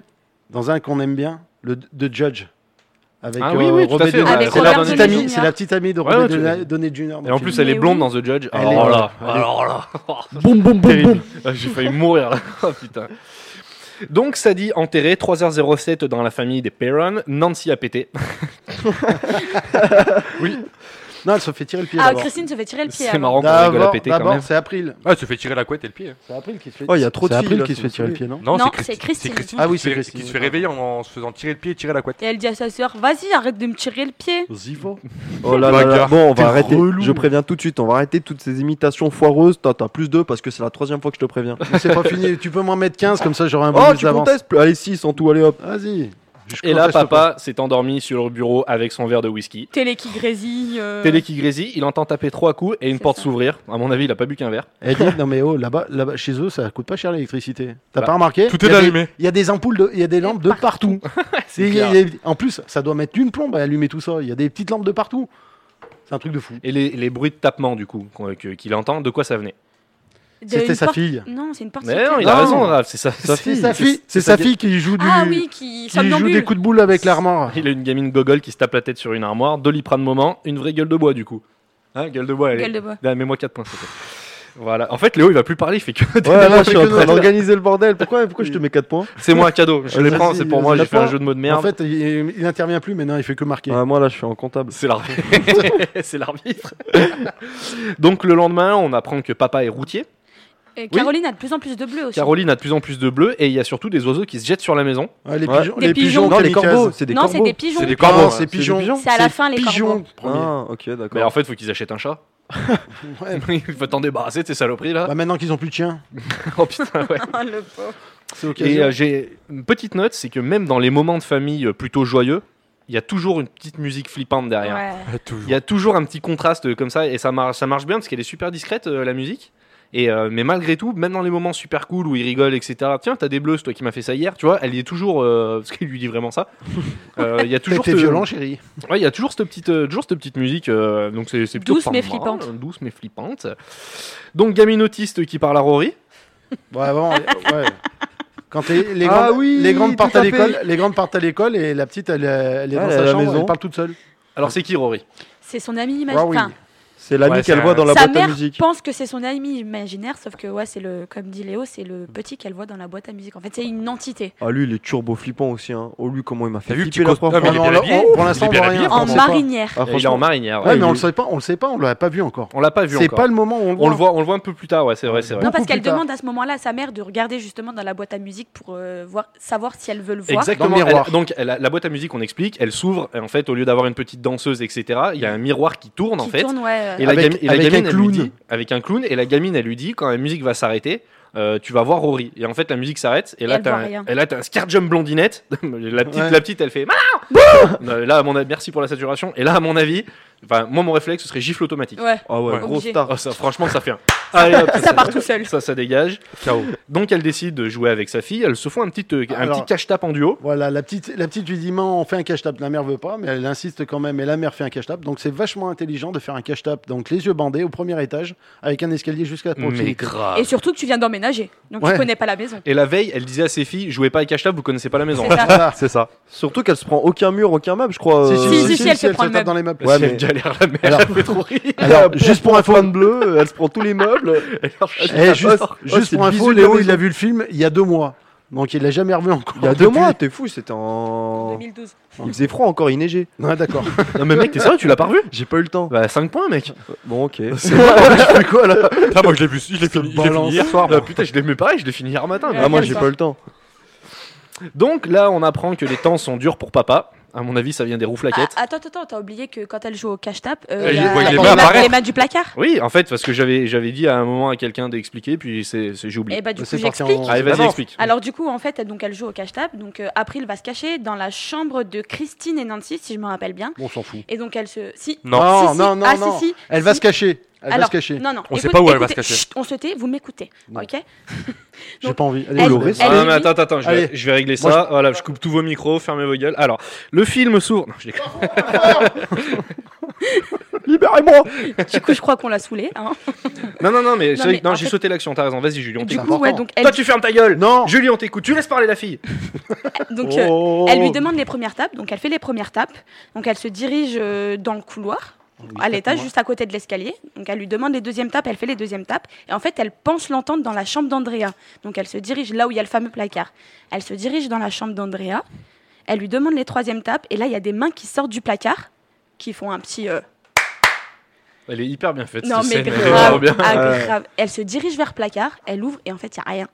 F: Dans un qu'on aime bien, le The Judge. Avec euh,
A: Ah oui, oui, tout à
F: Robert
A: fait.
F: Downey-
B: Avec
F: c'est
B: Robert
F: la petite
B: Downey
F: amie,
B: Jr.
F: c'est la petite amie de
A: Ouais,
F: Robert
A: ouais, tu-
F: Downey- Downey
A: Et
F: Jr. dans le
A: en
F: film.
A: plus, elle est
B: Mais
A: blonde
B: oui.
A: dans The Judge.
F: Elle est-
A: alors là,
F: elle est-
A: alors là,
D: Boum, boum, boum,
A: terrible.
D: boum.
A: Ah, j'ai failli mourir là. Oh, putain. Donc, ça dit enterré 3h07 dans la famille des Perron. Nancy a pété.
F: Non, elle se fait tirer le pied.
B: Ah,
F: d'abord.
B: Christine se fait tirer le pied.
A: C'est
B: alors.
A: marrant qu'on rigole à
F: D'abord,
A: péter quand
F: d'abord,
A: même.
F: c'est April.
E: Ah, elle se fait tirer la couette et le pied.
F: C'est April qui se fait.
D: Oh, il y a trop de
F: C'est
D: filles,
F: April
D: là,
F: qui se
D: c'est-
F: fait tirer le
D: c'est-
F: pied, non
B: Non,
E: Christi-
B: c'est Christine.
F: Ah oui,
E: qui se
F: c'est
E: fait-
F: Christine,
E: Qui se fait
F: pardon.
E: réveiller en, en se faisant tirer le pied et tirer la couette.
B: Et elle dit à sa sœur, vas-y, arrête de me tirer le pied.
F: Zivo.
D: Oh là là
E: Bagarre.
D: là. Bon, on
F: T'es
D: va arrêter.
F: relou.
D: Je préviens tout de suite, on va arrêter toutes ces imitations foireuses. T'as t'as plus deux parce que c'est la troisième fois que je te préviens.
F: C'est pas fini. Tu peux m'en mettre 15, comme ça j'aurai un
D: Oh,
F: bonus
D: tu
F: d'avance.
D: contestes plus. Allez, 6 en tout, allez hop.
F: Vas-y. Je
A: Et là,
F: conteste pas.
A: papa s'est endormi sur le bureau avec son verre de whisky.
B: Télé qui grésille. euh,
A: Télé qui grésille, il entend taper trois coups et une
B: C'est
A: porte
B: ça.
A: s'ouvrir. À mon avis, il a pas bu qu'un verre.
F: Elle dit non mais oh là-bas, là-bas, chez eux ça coûte pas cher l'électricité. T'as
A: Bah,
F: pas remarqué
E: Tout
F: Il y
E: est
F: a des-
E: allumé.
F: Il y a des ampoules, de- il y a des lampes de partout.
A: C'est
F: Il y a-
A: clair.
F: il y a- en plus, ça doit mettre une plombe à allumer tout ça. Il y a des petites lampes de partout. C'est un truc de fou.
A: Et les, les bruits de tapement, du coup, qu'on- que- qu'il entend, de quoi ça venait
B: de-
F: C'était
B: une
F: sa
B: porte-
F: fille.
B: Non, c'est une porte.
A: Mais non,
B: secrète.
A: il a
F: Non.
A: raison, Raph, c'est ça.
D: Sa
F: C'est
D: fille.
F: sa fille, c'est
D: c'est
F: sa
D: sa-
F: fille qui joue du,
B: Ah oui, qui
F: qui joue
B: somnambule.
F: des coups de boule avec l'armoire.
A: Il a une gamine gogole qui se tape la tête sur une armoire, doliprane moment, une vraie gueule de bois du coup. Hein, gueule de bois, elle Ah,
B: Gueule de bois.
A: Mets-moi 4 points, s'il te plaît. Voilà. En fait, Léo, il va plus parler, il fait que. des-
D: Ouais, là, je suis en
F: que
D: train
F: notre-
D: d'organiser le bordel. Pourquoi, pourquoi je te mets 4 points
A: C'est moi un cadeau. Je les
F: Vas-y,
A: prends, c'est pour moi,
F: vas-y,
A: j'ai fait un
F: d'accord.
A: jeu de mots de
F: En
A: merde.
F: fait, il, il intervient plus maintenant, il fait que marquer.
D: Ah, Moi, là, je suis en comptable.
A: C'est l'arbitre. c'est l'arbitre. Donc, le lendemain, on apprend que papa est routier.
B: Et Caroline a de plus en plus de bleu aussi.
A: Caroline a de plus en plus de bleus et il y a surtout des oiseaux qui se jettent sur la maison.
F: Ouais, les
D: Ouais.
F: pigeons,
B: Des
F: les
B: pigeons.
F: pigeons,
D: Non, les
F: kamikazes.
D: corbeaux, c'est des
B: Non, c'est
D: corbeaux.
B: des pigeons.
E: C'est des
F: Non,
E: corbeaux.
F: c'est
E: hein.
F: pigeons.
D: pigeons.
B: C'est à la fin, les
F: pigeons.
B: corbeaux.
F: premier.
D: Ah, ok,
A: Mais en
D: d'accord.
A: fait, il faut qu'ils achètent un chat.
F: Ouais.
A: il faut t'en débarrasser de ces saloperies là.
F: Bah, maintenant qu'ils ont plus de chiens,
A: Oh putain, ouais.
B: Ah, le pauvre.
F: c'est
A: Et
F: occasion.
A: euh, j'ai une petite note, c'est que même dans les moments de famille euh, plutôt joyeux, il y a toujours une petite musique flippante derrière.
B: Ouais.
E: Ah,
A: Il y a toujours un petit contraste euh, comme ça, et ça marche, ça marche bien parce qu'elle est super discrète euh, la musique. Et euh, mais malgré tout, même dans les moments super cool où il rigole, etc. Tiens, t'as des bleus, c'est toi qui m'as fait ça hier, tu vois. Elle y est toujours, euh, parce qu'il lui dit vraiment ça. Euh, Il y a
F: T'as
A: toujours
F: été
A: ce-
F: violent, chérie.
A: Ouais, il y a toujours cette petite, euh, toujours cette petite musique, euh, donc c'est c'est plutôt
B: Douce mais
A: pas mal,
B: flippante.
A: euh, Douce mais flippante. Donc gamine autiste qui parle à Rory.
F: Bon, avant, ouais. Quand les, les
D: Ah
F: grandes,
D: oui,
F: les grandes
D: tout
F: partent à
D: à fait.
F: l'école, les grandes partent à l'école et la petite, elle, euh, elle est
D: Ah,
F: dans
D: elle est
F: sa
D: à la
F: chambre,
D: maison.
F: elle parle toute seule.
A: Alors c'est qui Rory
B: C'est son ami
F: Ah oui.
B: imaginaire.
D: C'est l'ami
A: Ouais, c'est
D: qu'elle
A: un-
D: voit dans la
B: Sa
D: boîte à
B: mère
D: musique.
B: pense que c'est son ami imaginaire, sauf que ouais, c'est le, comme dit Léo, c'est le petit qu'elle voit dans la boîte à musique. En fait, c'est une entité.
D: Ah, lui, il est turbo flippant aussi. Hein. Oh, lui, comment Ah, il m'a fait
E: T'as vu le
D: flipper
E: petit
D: la première
E: costume,
D: fois.
E: il est
F: on l'a-
E: bien habillé.
F: on- oh, pour l'instant,
E: Il est
F: on
E: bien
F: voit
E: habillé,
F: rien.
E: par
B: En
F: on sait pas.
B: marinière.
D: Ah,
A: Euh, Il est en
D: franchement.
A: marinière.
F: Ouais,
A: ouais.
F: mais on
D: il-
F: le sait pas, on le sait pas, on l'a pas vu encore.
A: On l'a pas vu
F: C'est
A: encore.
F: pas le moment où on le
A: On le
F: voit.
A: voit, on le voit un peu plus tard. Ouais, c'est vrai, c'est vrai.
B: Non, parce
F: Beaucoup
B: qu'elle
F: plus tard.
B: demande à ce moment-là à sa mère de regarder justement dans la boîte à musique pour euh, voir, savoir si elle veut le voir.
A: Exactement.
F: Dans le miroir.
A: Elle- donc elle a- la boîte à musique, on explique, elle s'ouvre et en fait, au lieu d'avoir une petite danseuse, etc., il y a un miroir qui tourne en
B: Qui
A: fait.
B: tourne, ouais,
A: Et
B: euh,
A: la,
F: Avec-
A: gami- et la
F: avec un
A: gamine, elle lui
F: clown.
A: dit, avec un clown, et la gamine, elle lui dit, quand la musique va s'arrêter, euh, tu vas voir Rory. Et en fait, la musique s'arrête, et là,
B: elle
A: t'as
B: voit
A: un,
B: rien.
A: et là, t'as un scare jump blondinette. la, petite,
F: Ouais.
A: la petite, elle fait Non, Là, à mon avis- merci pour la saturation. Et là, à mon avis, enfin, moi, mon réflexe, ce serait gifle automatique.
F: Oh.
B: ouais.
D: Ah ouais,
E: Ouais.
D: gros
B: Obligé.
D: star.
A: Oh, ça, franchement, ça fait un. Allez, hop,
B: Ça part tout seul.
A: Ça, ça dégage.
E: Chaos.
A: Donc elle décide de jouer avec sa fille. Elles se font un petit, euh, un
F: Alors-
A: petit cache-tape en duo.
F: Voilà, la petite, la petite lui dit, maman, on fait un cache-tape. La mère veut pas, mais elle insiste quand même. Et la mère fait un cache-tape. Donc c'est vachement intelligent de faire un cache-tape. Donc les yeux bandés au premier étage, avec un escalier jusqu'à la
A: Mais
F: proximité.
A: grave.
E: Ah.
B: Et surtout que tu viens d'emménager, donc
F: Ouais.
B: tu connais pas la maison.
A: Et la veille, elle disait à ses filles Jouez pas avec cache-tape, vous connaissez pas la maison.
B: C'est ça.
F: Voilà.
E: C'est ça.
D: Surtout qu'elle se prend aucun mur, aucun meuble, je crois.
F: Si,
D: euh,
B: si, si, elle fait
F: se
B: prendre le
F: tape
B: meuble.
F: dans les meubles.
D: Ouais,
A: Si
D: mais-
A: elle galère, la mère,
F: Alors-
A: elle fait trop rire.
F: Alors,
D: Juste pour un fan bleu, euh, elle se prend tous les meubles.
F: Eh, juste,
D: Oh,
F: juste
D: c'est
F: pour info,
D: le bisou de la
F: Léo,
D: maison.
F: il a vu le film il y a deux mois. Donc il l'a jamais revu encore.
D: Il y a deux
F: depuis.
D: mois, t'es fou, c'était en.
B: 2012.
D: Il faisait froid encore, il neigeait.
F: Ouais, d'accord.
A: Non, mais mec, t'es sérieux, tu l'as pas revu
D: J'ai pas eu le temps.
A: Bah, 5 points, mec.
D: Bon, ok.
E: Ah, moi, je l'ai vu, je l'ai fini, je l'ai fini hier soir.
A: Ah,
E: moi.
A: putain, je l'ai mis pareil, je l'ai fini hier matin.
D: Ah, moi, j'ai
B: ça.
D: pas eu le temps.
A: Donc là, on apprend que les temps sont durs pour papa. À mon avis, ça vient des rouflaquettes.
B: Ah, attends, attends, t'as oublié que quand elle joue au cache-tape, euh,
E: Elle
B: il y
E: les
B: a-
E: voit, il
B: elle
E: les
B: voit
E: met
B: les mains-
E: apparaître.
B: les mains du placard.
A: Oui, en fait, parce que j'avais j'avais dit à un moment à quelqu'un d'expliquer, puis c'est c'est- j'ai oublié.
B: Et bah du
F: C'est
B: coup
F: parti en-
B: j'explique.
A: Allez, vas-y,
D: Ah non.
A: explique.
B: Alors du coup en fait elle- donc elle joue au cache-tape donc euh, April va se cacher dans la chambre de Christine et Nancy si je me rappelle bien
F: On s'en fout.
B: et donc elle se si
E: Non.
B: si,
F: Non,
B: si.
F: non, non,
B: Ah,
F: non.
B: si, si.
F: Elle va
B: Si.
F: se cacher. Elle va
B: Alors,
F: se cacher.
B: Non non.
E: On sait
B: écoute-
E: pas où elle va se
B: écoutez,
E: cacher.
B: chut, on se tait vous m'écoutez hein,
F: Non.
B: ok
F: J'ai
B: donc,
F: pas envie. Allez,
B: elle-
F: Lolo.
B: elle-
A: Ah non, mais
B: dit-
A: attends, attends, je vais,
F: Allez.
A: je vais régler
F: Moi,
A: ça. Voilà, je coupe tous vos micros, fermez vos gueules. Alors, le film s'ouvre. Non, je déconne.
D: Libérez-moi
B: du coup je crois qu'on l'a saoulée hein.
A: Non, non, non, mais
B: Non,
A: c'est-
B: mais
A: non,
B: en
A: j'ai
B: fait-
A: sauté l'action, t'as raison. Vas-y, Julie, on
B: du
A: t'écoute.
B: coup ouais
F: important.
B: donc
A: Toi,
B: elle
A: tu fermes ta gueule
F: Non
A: Julie, on t'écoute, tu laisses parler la fille
B: donc euh,
F: Oh.
B: Elle lui demande les premières tapes, donc elle fait les premières tapes. Donc elle se dirige euh, dans le couloir, à l'étage, juste à côté de l'escalier. Donc elle lui demande les deuxièmes tapes, elle fait les deuxièmes tapes. Et en fait, elle pense l'entendre dans la chambre d'Andrea. Donc elle se dirige là où il y a le fameux placard. Elle se dirige dans la chambre d'Andrea. Elle lui demande les troisièmes tapes. Et là, il y a des mains qui sortent du placard, qui font un petit. euh,
A: Elle est hyper bien faite,
B: non,
A: cette
B: mais
A: scène, elle est
B: grave,
A: trop bien.
B: ah,
D: Ouais.
B: grave. Elle se dirige vers le placard, elle ouvre et en fait, il n'y a rien.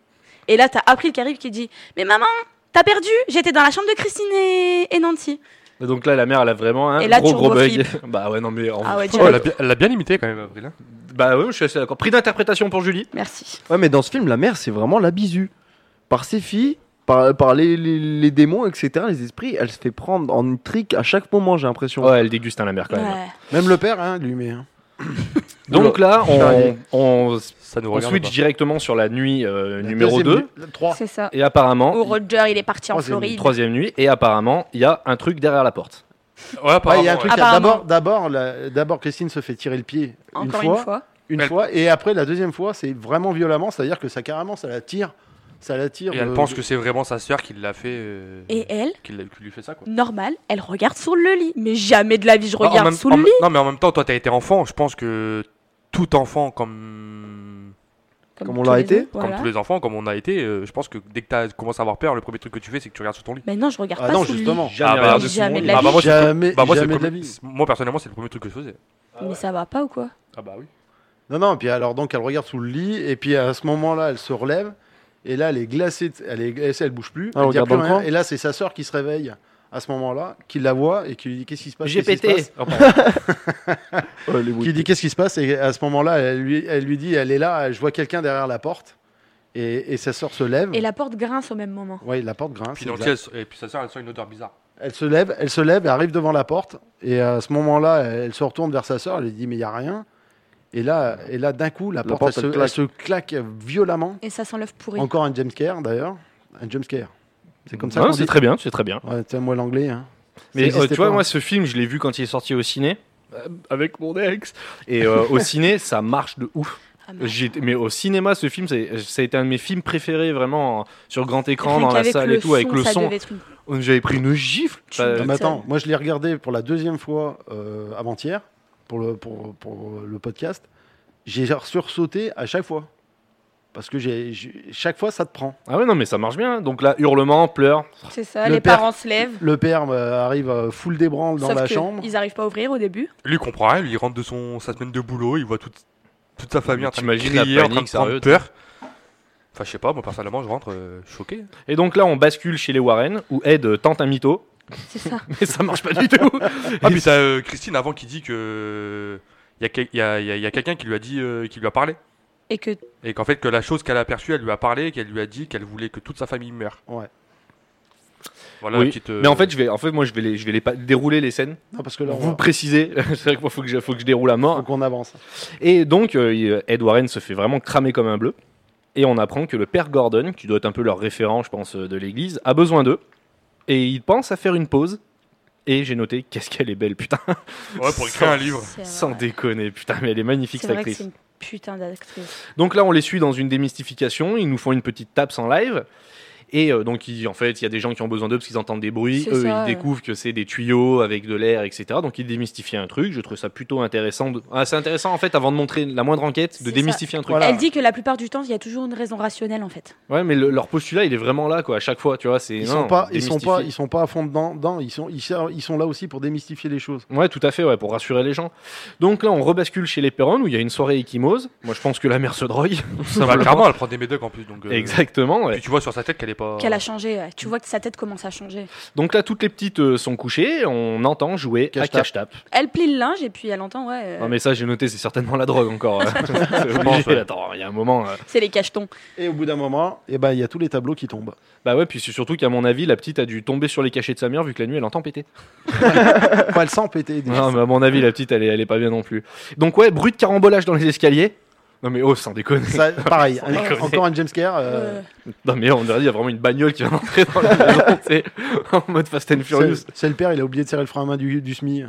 B: Et là, t'as April qui arrive qui dit Mais maman, t'as perdu J'étais dans la chambre de Christine et- et Nancy.
A: Donc là, la mère, elle a vraiment un
B: Et là,
A: gros,
B: tu
A: gros bug.
B: reflippes.
A: bah ouais, non, mais. en-
B: Ah ouais,
E: Oh, elle
B: direct.
E: a bien- elle l'a bien imité quand même, Avril. hein.
A: Bah ouais, je suis assez d'accord. Prix d'interprétation pour Julie.
B: Merci.
D: Ouais, mais dans ce film, la mère, c'est vraiment la bisu. Par ses filles, par, par les, les, les démons, etc., les esprits, elle se fait prendre en une trique à chaque moment, j'ai l'impression.
A: Ouais, elle déguste hein, la mère quand même.
B: Ouais.
F: Même le père, hein, lui, mais. hein.
A: Donc là, on, on,
E: Ça nous
A: on
E: regarde.
A: switch
E: pas.
A: directement sur la nuit euh,
F: La
A: numéro
F: deuxième
A: 2.
F: nuit, la- Trois.
B: C'est ça.
A: Et apparemment,
B: Où Oh, Roger, il est parti en
F: Troisième,
B: Floride.
A: troisième nuit, et apparemment, il y a un truc derrière la porte.
E: Ouais,
F: Ouais,
E: apparemment.
F: il y a un truc.
E: ouais.
B: Apparemment.
F: D'abord, d'abord, la- d'abord, Christine se fait tirer le pied une
B: Encore
F: fois, une
E: Elle-
F: fois, et après la deuxième fois, c'est vraiment violemment, c'est-à-dire que ça carrément, ça la tire, ça la tire.
E: Et elle
F: euh,
E: pense que c'est vraiment sa sœur qui l'a fait. euh,
B: Et elle,
E: Qui l'a- qui lui fait ça, quoi.
B: normale, elle regarde sous le lit. Mais jamais de la vie, je
E: Bah, en
B: regarde
E: même-
B: sous
E: en
B: le
E: même-
B: lit.
E: Non, mais en même temps, toi, t'as été enfant. Je pense que tout enfant, comme,
D: Comme on
B: tous
D: l'a
B: les
D: été,
B: autres, voilà.
E: comme tous les enfants, comme on a été, euh, je pense que dès que t'as commencé à avoir peur, le premier truc que tu fais, c'est que tu regardes sous ton lit.
B: Mais non, je regarde
F: Ah
B: pas
F: non,
B: sous
F: justement.
A: Jamais
E: Ah bah,
A: regardé sous
B: jamais
A: mon
B: de
A: lit.
B: la
E: Ah, bah, moi, c'est le
F: Jamais,
E: Bah, moi, c'est
F: jamais
E: le
F: de la
E: premier-
F: vie.
E: moi, personnellement, c'est le premier truc que je faisais.
A: Ah, bah,
B: le lit. Mais ça va pas ou quoi
E: Ah bah oui.
F: Non, non, puis alors, donc, elle regarde sous le lit, et puis à ce moment-là, elle se relève, et là, elle est glacée, de- elle est glacée, elle bouge plus,
D: Ah,
F: elle dit
D: regarde
F: plus
D: dans le
F: rien,
D: coin.
F: et là, c'est sa sœur qui se réveille à ce moment-là, qui la voit, et qui lui dit qu'est-ce qui se passe
A: J'ai
F: qu'est-ce qui se
A: pété.
F: passe
A: Oh, pardon.
D: Euh, les
F: Qui dit qu'est-ce qui se passe, et à ce moment-là, elle lui, elle lui dit, elle est là, je vois quelqu'un derrière la porte, et, et sa sœur se lève.
B: Et la porte grince au même moment.
F: Oui, la porte grince.
E: Puis
F: c'est
E: dans le
F: exact.
E: ciel, et puis sa sœur, elle sent une odeur bizarre.
F: Elle se lève, elle se lève, elle arrive devant la porte et à ce moment-là, elle se retourne vers sa sœur, elle lui dit mais il y a rien. Et là, et là d'un coup, la, porte,
D: porte,
F: elle,
D: elle
F: se, elle se claque violemment.
B: Et ça sent l'œuf pourri.
F: Encore un jumpscare d'ailleurs, un jumpscare. C'est comme ça
A: Non,
F: qu'on
A: c'est
F: dit.
A: très bien, c'est très bien.
F: Ouais, tiens, moi l'anglais. hein. Ça
A: Mais euh,
F: existait
A: tu vois,
F: pas.
A: moi, ce film, je l'ai vu quand il est sorti au ciné. euh, Avec mon ex. Et euh, au ciné, ça marche de ouf.
B: Ah, merde.
A: J'ai- mais au cinéma, ce film, c'est- ça a été un de mes films préférés vraiment euh, sur grand écran,
B: Rien
A: dans la
B: qu'avec
A: salle
B: le
A: et tout, avec
B: son,
A: le
B: ça
A: son.
B: devait être une-
A: J'avais pris une gifle.
B: Tu
A: Euh,
F: Non,
B: m'étonnes.
F: mais attends, moi je l'ai regardé pour la deuxième fois euh, avant-hier pour le pour, pour le podcast. J'ai sursauté à chaque fois parce que j'ai j'ai- chaque fois ça te prend.
A: Ah ouais, non, mais ça marche bien. Donc là, hurlements, pleurs.
B: C'est ça,
F: Le
B: les
F: père-
B: parents se lèvent.
F: Le père euh, arrive euh, full débranle dans
B: sauf
F: la
B: que
F: chambre.
B: Ils arrivent pas à ouvrir au début.
E: Lui, il comprend rien. Lui, il rentre de son, sa semaine de boulot. Il voit toute, toute sa famille en train de
A: T'imagines la
E: crier, en train de
A: panique, hein.
E: prendre
A: sérieux,
E: peur. Enfin, je sais pas, moi, personnellement, je rentre euh, choqué.
A: Et donc là, on bascule chez les Warren où Ed euh, tente un mytho,
B: C'est ça.
A: mais ça marche pas du tout.
E: Ah, puis t'as euh, Christine avant qui dit que. euh, Il y a, quel- y a- y a- y a quelqu'un qui lui a dit, euh, qui lui a parlé.
B: Et que
E: Et qu'en fait, que la chose qu'elle a aperçue, elle lui a parlé, qu'elle lui a dit qu'elle voulait que toute sa famille meure.
F: Ouais.
E: Voilà
A: Oui.
E: la petite. euh,
A: Mais en fait, je vais, en fait, moi, je vais, les, je vais les pa- dérouler les scènes.
F: Non, parce que là,
A: Vous
F: on
A: précisez. C'est vrai que moi, faut que je, faut que je déroule à mort.
F: faut qu'on avance.
A: Et donc, euh, il- Ed Warren se fait vraiment cramer comme un bleu. Et on apprend que le père Gordon, qui doit être un peu leur référent, je pense, euh, de l'église, a besoin d'eux. Et il pense à faire une pause. Et j'ai noté, qu'est-ce qu'elle est belle, putain.
E: Ouais, pour écrire un livre.
B: C'est
A: Sans
B: vrai.
A: déconner, putain, mais elle est magnifique,
B: C'est
A: cette
B: vrai que c'est
A: actrice.
B: une putain d'actrice.
A: Donc là, on les suit dans une démystification. Ils nous font une petite tape en live. Et euh, donc, ils- en fait, il y a des gens qui ont besoin d'eux parce qu'ils entendent des bruits.
B: C'est
A: Eux,
B: ça,
A: ils
B: ouais.
A: découvrent que c'est des tuyaux avec de l'air, etc. Donc, ils démystifient un truc. Je trouve ça plutôt intéressant. de- Ah, c'est intéressant, en fait, avant de montrer la moindre enquête, de
B: C'est
A: démystifier un truc.
B: Elle dit que la plupart du temps, il y a toujours une raison rationnelle en fait.
A: Ouais, mais le- leur postulat, il est vraiment là, quoi, à chaque fois, tu vois. C'est,
F: Ils
A: non,
F: sont pas, ils sont pas, ils
A: démystifier.
F: sont pas à fond dedans. dedans. Ils sont, ils, servent- ils sont là aussi pour démystifier les choses.
A: Ouais, tout à fait, ouais, pour rassurer les gens. Donc là, on rebascule chez les Perron où il y a une soirée échymose. Moi, je pense que la mère se drogue.
E: Ça va Bah, clairement, elle prend des médocs en plus. Donc, euh,
A: Exactement, ouais.
E: Puis tu vois sur sa tête qu'elle est pas.
B: Qu'elle a changé. ouais. Tu vois que sa tête commence à changer.
A: Donc là, toutes les petites euh, sont couchées. On entend jouer à
F: Cache-tape.
A: cache-tape.
B: Elle plie le linge et puis elle entend, ouais. euh,
A: Non mais ça j'ai noté, c'est certainement la drogue encore. hein. C'est
E: Je
A: obligé.
E: pense, ouais.
A: Attends, il y a un moment. euh.
B: C'est les cachetons.
F: Et au bout d'un moment, eh ben, il y a tous les tableaux qui tombent.
A: Bah ouais, puis c'est surtout qu'à mon avis, la petite a dû tomber sur les cachets de sa mère vu que la nuit elle entend péter.
F: Pas le sang pété. déjà.
A: Non mais à mon avis, la petite elle est, elle est pas bien non plus. Donc ouais, bruit de carambolage dans les escaliers. Non mais oh, sans déconner.
F: Ça, pareil, un-
A: déconner.
F: encore un James Care. euh,
B: Euh,
A: Non mais on dirait il y a vraiment une bagnole qui vient d'entrer dans la maison, tu sais, en mode Fast and Furious.
F: c'est- c'est le père, il a oublié de serrer le frein à main du, du SMI.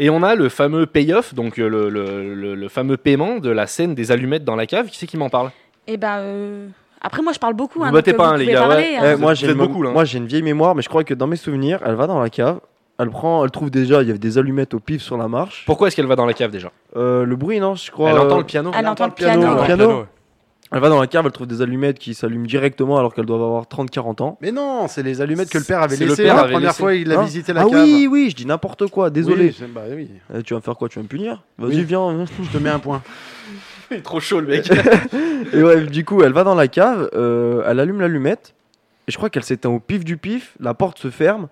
A: Et on a le fameux payoff, donc euh, le, le- le- le fameux paiement de la scène des allumettes dans la cave. Qui c'est qui m'en parle
B: Et ben. euh, Après, moi, je parle beaucoup.
A: Vous
B: hein,
A: battez
B: donc,
A: pas,
B: euh,
A: hein, les
B: pouvez
A: gars,
B: parler,
A: ouais.
B: hein.
A: Euh,
D: Eh, moi,
A: vous
D: j'ai
A: êtes
D: une,
A: beaucoup, là.
D: moi, j'ai une vieille mémoire, mais je crois que dans mes souvenirs, elle va dans la cave. Elle prend, elle trouve déjà, il y avait des allumettes au pif sur la marche.
A: Pourquoi est-ce qu'elle va dans la cave déjà
D: Euh, le bruit, non, je crois.
A: Elle
D: euh,
A: entend Eh, le piano.
B: Elle entend le piano.
D: piano,
B: ouais.
D: ouais. piano. Elle va dans la cave, elle trouve des allumettes qui s'allument directement alors qu'elle doit avoir 30-40 ans.
F: Mais non, c'est les allumettes que le père avait
A: C'est le
F: laissées
A: père
F: la
A: avait
F: première
A: laissé.
F: fois il a
D: Hein
F: visité la
D: ah
F: cave.
D: oui, oui, je dis n'importe quoi, désolé.
F: Oui, c'est- bah oui,
D: Eh, tu vas me faire quoi Tu vas me punir Vas-y,
F: Oui.
D: viens.
F: je te mets un point.
A: Il est trop chaud le mec.
D: Et ouais, du coup, elle va dans la cave, euh, elle allume l'allumette, et je crois qu'elle s'éteint au pif du pif, la porte se ferme,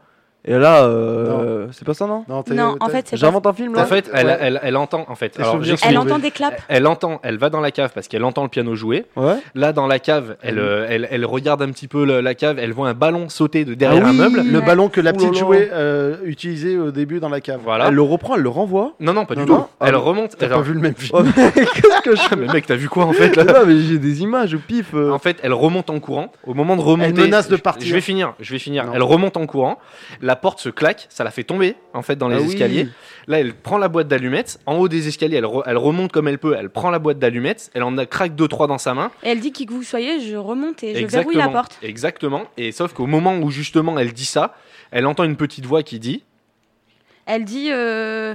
D: et là, euh, c'est pas ça, non
F: Non,
A: hein.
F: t'es-
B: Non, en
F: t'es-
B: fait, c'est. pas-
D: J'invente un film,
A: En
D: là
A: fait, elle,
F: Ouais.
A: elle- elle entend. En fait,
F: Tes
A: alors,
F: souvenirs
A: j'explique.
B: Elle
F: Oui.
B: entend des claps.
A: Elle entend, elle va dans la cave parce qu'elle entend le piano jouer.
D: Ouais.
A: Là, dans la cave, elle, euh, elle, elle regarde un petit peu le- la cave, elle voit un ballon sauter de derrière
D: Ah oui.
A: un meuble.
F: le
B: Ouais.
F: ballon que la
D: Ouh là
F: petite
D: là.
F: jouait euh, utilisait au début dans la cave.
A: Voilà.
D: Elle le reprend, elle le renvoie.
A: Non, non, pas du
D: Non,
A: tout.
D: non. Ah
A: elle
D: oui.
A: remonte.
F: T'as
A: Alors,
F: pas vu le même film.
D: Oh, mais qu'est-ce que je
A: putain, mais mec, t'as vu quoi en fait
D: fais
A: là
D: là Mais j'ai des images au pif. euh.
A: En fait, elle remonte en courant. Au moment de remonter,
F: Elle menace de
A: je-
F: partir.
A: Je vais finir. Je vais finir.
F: Non.
A: Elle remonte en courant. La porte se claque. Ça la fait tomber en fait dans les
D: Ah oui.
A: escaliers. Là, elle prend la boîte d'allumettes. En haut des escaliers, elle, re- elle remonte comme elle peut. Elle prend la boîte d'allumettes. Elle en a craque deux trois dans sa main.
B: Et elle dit qui que vous soyez, je remonte et je verrouille la porte.
A: Exactement. Et sauf qu'au moment où justement elle dit ça, elle entend une petite voix qui dit
B: Elle dit. euh, euh,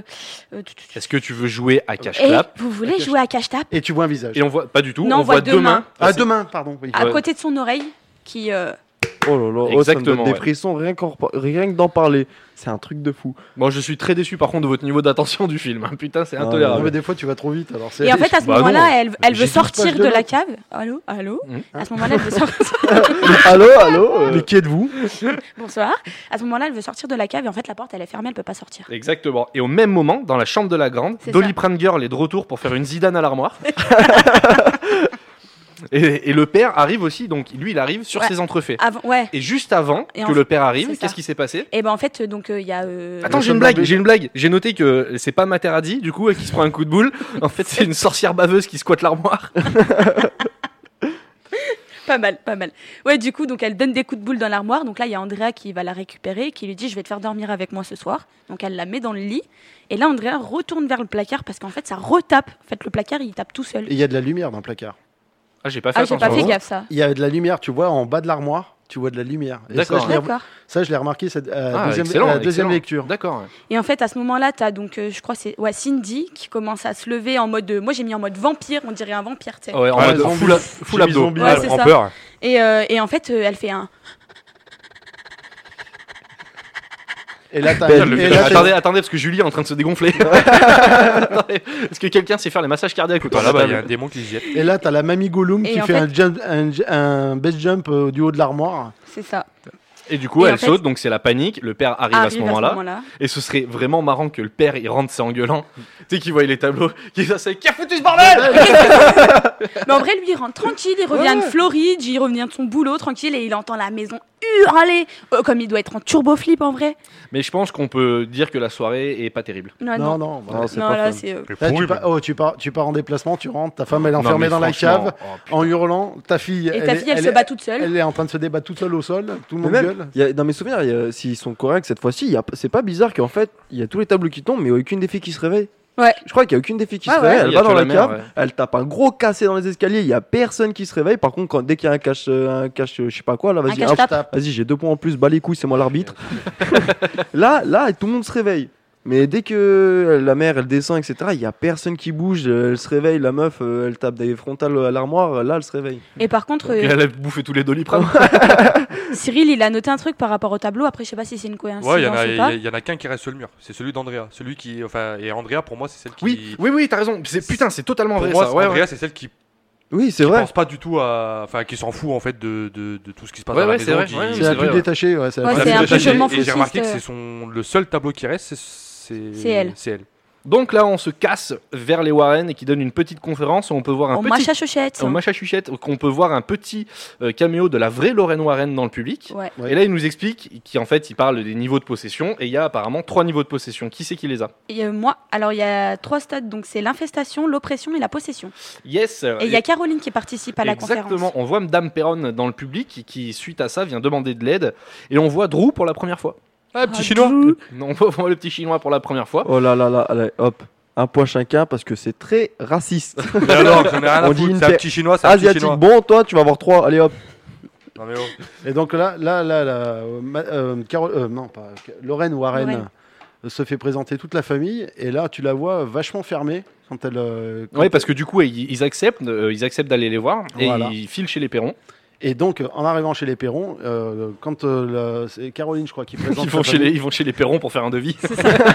B: tu- tu- tu-
A: Est-ce que tu veux jouer à
B: Eh,
A: cache-clap
B: vous voulez jouer à cache-tape
F: Et tu vois un visage.
A: Et on voit pas du tout.
B: Non,
A: on voit deux mains.
F: Ah, demain, pardon. oui.
B: à
A: Ouais.
B: côté de son oreille qui euh,
D: Oh là là, oh, ça me
A: Exactement,
D: donne des
A: ouais.
D: frissons rien, qu'en repa- rien que d'en parler. C'est un truc de fou.
A: Bon, je suis très déçu par contre de votre niveau d'attention du film. hein. Putain, c'est
D: Ah,
F: Non, mais
A: intolérable.
F: des fois, tu vas trop vite. Alors c'est-
B: et en fait à ce
A: Bah non.
B: moment-là elle, elle veut
F: J'ai douze
B: sortir
F: pages
B: de
F: de
B: la
F: notes.
B: cave allô allô
A: Hum.
B: à ce moment-là elle veut sortir
D: allô, allô euh,
F: Mais qui êtes-vous
B: bonsoir à ce moment-là elle veut sortir de la cave et en fait la porte elle est fermée elle peut pas sortir
A: Exactement. Et au même moment, dans la chambre de la grande,
B: C'est
A: Dolly
B: ça.
A: Pranger est de retour pour faire une Zidane à l'armoire. et, et le père arrive aussi. Donc lui, il arrive sur
B: Ouais.
A: ses entrefaits.
B: Avant- ouais
A: Et juste avant
B: Et
A: que
B: en-
A: le père
B: c'est
A: arrive,
B: ça.
A: qu'est-ce qui s'est passé
B: et ben en fait donc euh, il y a euh,
A: Attends,
F: Le
A: j'ai une
F: soldat
A: blague,
F: bleu.
A: j'ai une blague. J'ai noté que c'est pas Materazzi, du coup, et qui se prend un coup de boule. En fait, c'est une sorcière baveuse qui squatte l'armoire.
B: pas mal pas mal ouais du coup donc elle donne des coups de boule dans l'armoire donc là il y a Andrea qui va la récupérer qui lui dit je vais te faire dormir avec moi ce soir donc elle la met dans le lit et là Andrea retourne vers le placard parce qu'en fait ça retape en fait le placard il tape tout seul
F: Et Il y a de la lumière dans le placard.
A: Ah, j'ai pas fait
B: ah j'ai pas fait
A: attention.
B: gaffe ça
F: Il y a de la lumière, tu vois, en bas de l'armoire, tu vois de la lumière. Et ça,
A: D'accord.
F: je l'ai-
B: d'accord
F: Ça, je l'ai remarqué cette, à la
A: Ah,
F: deuxième,
A: excellent,
F: à la deuxième
A: excellent.
F: lecture.
A: D'accord.
B: Et en fait, à ce moment-là, t'as donc, euh, je crois, que c'est ouais, Cindy qui commence à se lever en mode. euh, moi, j'ai mis en mode vampire, on dirait un vampire, tu sais.
A: Ouais, en
E: Ouais,
A: mode
E: zombie.
A: full, full
E: J'ai mis
A: abdos. Ah,
E: zombie,
B: Ouais,
E: elle
B: c'est
E: prend
B: ça.
E: peur.
B: Et, euh, et en fait, euh, elle fait un.
F: Et là, t'as
D: Putain,
F: et
D: le
F: là,
D: film.
F: t'as-
A: attendez, attendez, parce que Julie est en train de se dégonfler. Attendez, Est-ce que quelqu'un sait faire les massages cardiaques autour
E: Attends,
A: de la
E: là-bas, bah, il y a un
A: table
E: démon qui se jette.
F: et là, t'as la mamie Gollum
B: Et
F: qui
B: en
F: fait,
B: fait-
F: un, jump, un, j- un best jump euh, du haut de l'armoire.
B: C'est ça.
A: Et du coup,
B: Et en
A: elle
B: fait- Ah,
A: saute, donc c'est la panique. Le père arrive, à ce moment-là.
B: moment-là.
A: et ce serait vraiment marrant que le père il rentre, c'est engueulant. tu sais, qu'il voit les tableaux. Qui c'est Qui a foutu ce bordel
B: Mais en vrai, lui, il rentre tranquille, il revient de Floride, il revient de son boulot tranquille et il entend la maison hurler, euh, comme il doit être en turbo flip en vrai.
A: Mais je pense qu'on peut dire que la soirée est pas terrible.
B: Ah, Non,
F: Non,
B: non,
F: non. voilà.
D: Non,
A: Ah,
D: c'est
B: non,
D: pas
B: là
D: fun.
B: c'est. euh,
F: Là, tu,
E: Pourri,
F: pars,
E: même.
F: oh, tu, pars, tu pars en déplacement, tu rentres, ta femme elle est
A: Non,
F: enfermée
A: mais
F: dans la
A: franchement,
F: cave
A: oh, putain.
F: en hurlant, ta fille,
B: Et ta
F: est-
B: fille, elle, se bat
F: est,
B: toute seule.
F: elle est en train de se débattre toute seule au sol, tout le
D: Mais
F: monde
D: même,
F: gueule.
D: il y a- dans mes souvenirs, il y a- s'ils sont corrects cette fois-ci, il y a p- c'est pas bizarre qu'en fait, il y a tous les tableaux qui tombent, mais il y a aucune des filles qui se réveille.
B: Ouais.
D: Je crois qu'il y a aucune des filles qui
B: Ouais,
D: se
B: ouais.
D: réveille,
A: Il
D: elle
A: y a
D: va
A: que
D: dans la
A: la mère,
D: cave,
A: ouais.
D: elle tape un gros cassé dans les escaliers, il y a personne qui se réveille. Par contre, quand, dès qu'il y a un cache, euh, un cache, euh, je sais pas quoi, là, vas-y,
B: cache-tape.
D: hop, vas-y, j'ai deux points en plus, bas les couilles, c'est moi l'arbitre. là, là, tout le monde se réveille. Mais dès que la mère elle descend, etc., il y a personne qui bouge, euh, elle se réveille, la meuf euh, elle tape des frontales à l'armoire, là elle se réveille.
B: Et par contre, euh,
A: Elle a bouffé tous les doliprane.
B: Cyril, il a noté un truc par rapport au tableau. Après, je sais pas Ah, si c'est une coïncidence
E: Ouais, il y en a,
B: ou
E: il y
B: pas.
E: a- il y en a qu'un qui reste sur le mur. C'est celui d'Andrea. Celui qui, enfin, et Andrea pour moi c'est celle qui.
A: Oui, oui, oui, t'as raison. C'est- Putain, c'est totalement
E: Pour
A: vrai.
E: moi,
A: ça. Ouais,
E: Andrea
A: ouais.
E: c'est celle qui
D: Oui, c'est
E: qui
D: vrai.
E: pense pas du tout à, enfin, qui s'en fout en fait de, de, de tout ce qui se passe
A: Ouais,
E: dans la
A: ouais, c'est
E: maison.
A: vrai,
E: qui-
A: ouais,
F: C'est la
A: vrai,
F: plus
A: ouais.
F: détachée, ouais, c'est la
B: Ouais, c'est
F: plus
E: Voilà,
B: un
E: c'est
B: peu
E: détaché.
B: je m'en
E: Et j'ai
B: foutiste,
E: remarqué que
B: euh.
E: c'est son le seul tableau qui reste, c'est c'est
B: C'est elle.
E: C'est elle.
A: Donc là, on se casse vers les Warren et qui donne une petite conférence. où On peut voir un
B: Au
A: petit
B: match à chochette.
A: au Machachuchette, qu'on peut voir un petit euh, caméo de la vraie Lorraine Warren dans le public.
B: Ouais.
A: Et là, il nous explique qu'en fait, il parle des niveaux de possession et il y a apparemment trois niveaux de possession. Qui c'est qui les a
B: Et, euh, moi, alors il y a trois stades, donc c'est l'infestation, l'oppression et la possession.
A: Yes euh,
B: Et il y a Caroline qui participe à la
A: Exactement,
B: conférence.
A: on voit Madame Perron dans le public qui, suite à ça, vient demander de l'aide. Et on voit Drew pour la première fois.
E: Ah,
B: Ah,
E: petit chinois.
B: Drew.
A: On voit on voit le petit chinois pour la première fois.
D: Oh là là là, allez, hop. Un point chacun parce que c'est très raciste.
E: Mais alors, j'en ai rien
D: On
E: à
D: dit
E: foutre.
D: une
E: C'est un
D: paire-
E: petit chinois, c'est un petit
D: Asiatique,
E: chinois.
D: bon, toi, tu vas avoir trois. Allez hop.
E: Non, mais oh.
F: Et donc là, là, là, là euh, ma- euh, Carole- euh, non, pas, Lorraine Warren euh,
B: Lorraine.
F: se fait présenter toute la famille, et là, tu la vois vachement fermée quand elle. euh, quand
A: Oui, parce que du coup, ils ils acceptent, euh, ils acceptent d'aller les voir et
F: Voilà.
A: ils filent chez les Perrons.
F: Et donc, euh, en arrivant chez les Perrons, euh, quand euh, la- c'est Caroline, je crois, qui présente.
A: Ils
F: sa
A: vont chez les,
F: famille,
A: ils vont chez les Perrons pour faire un devis.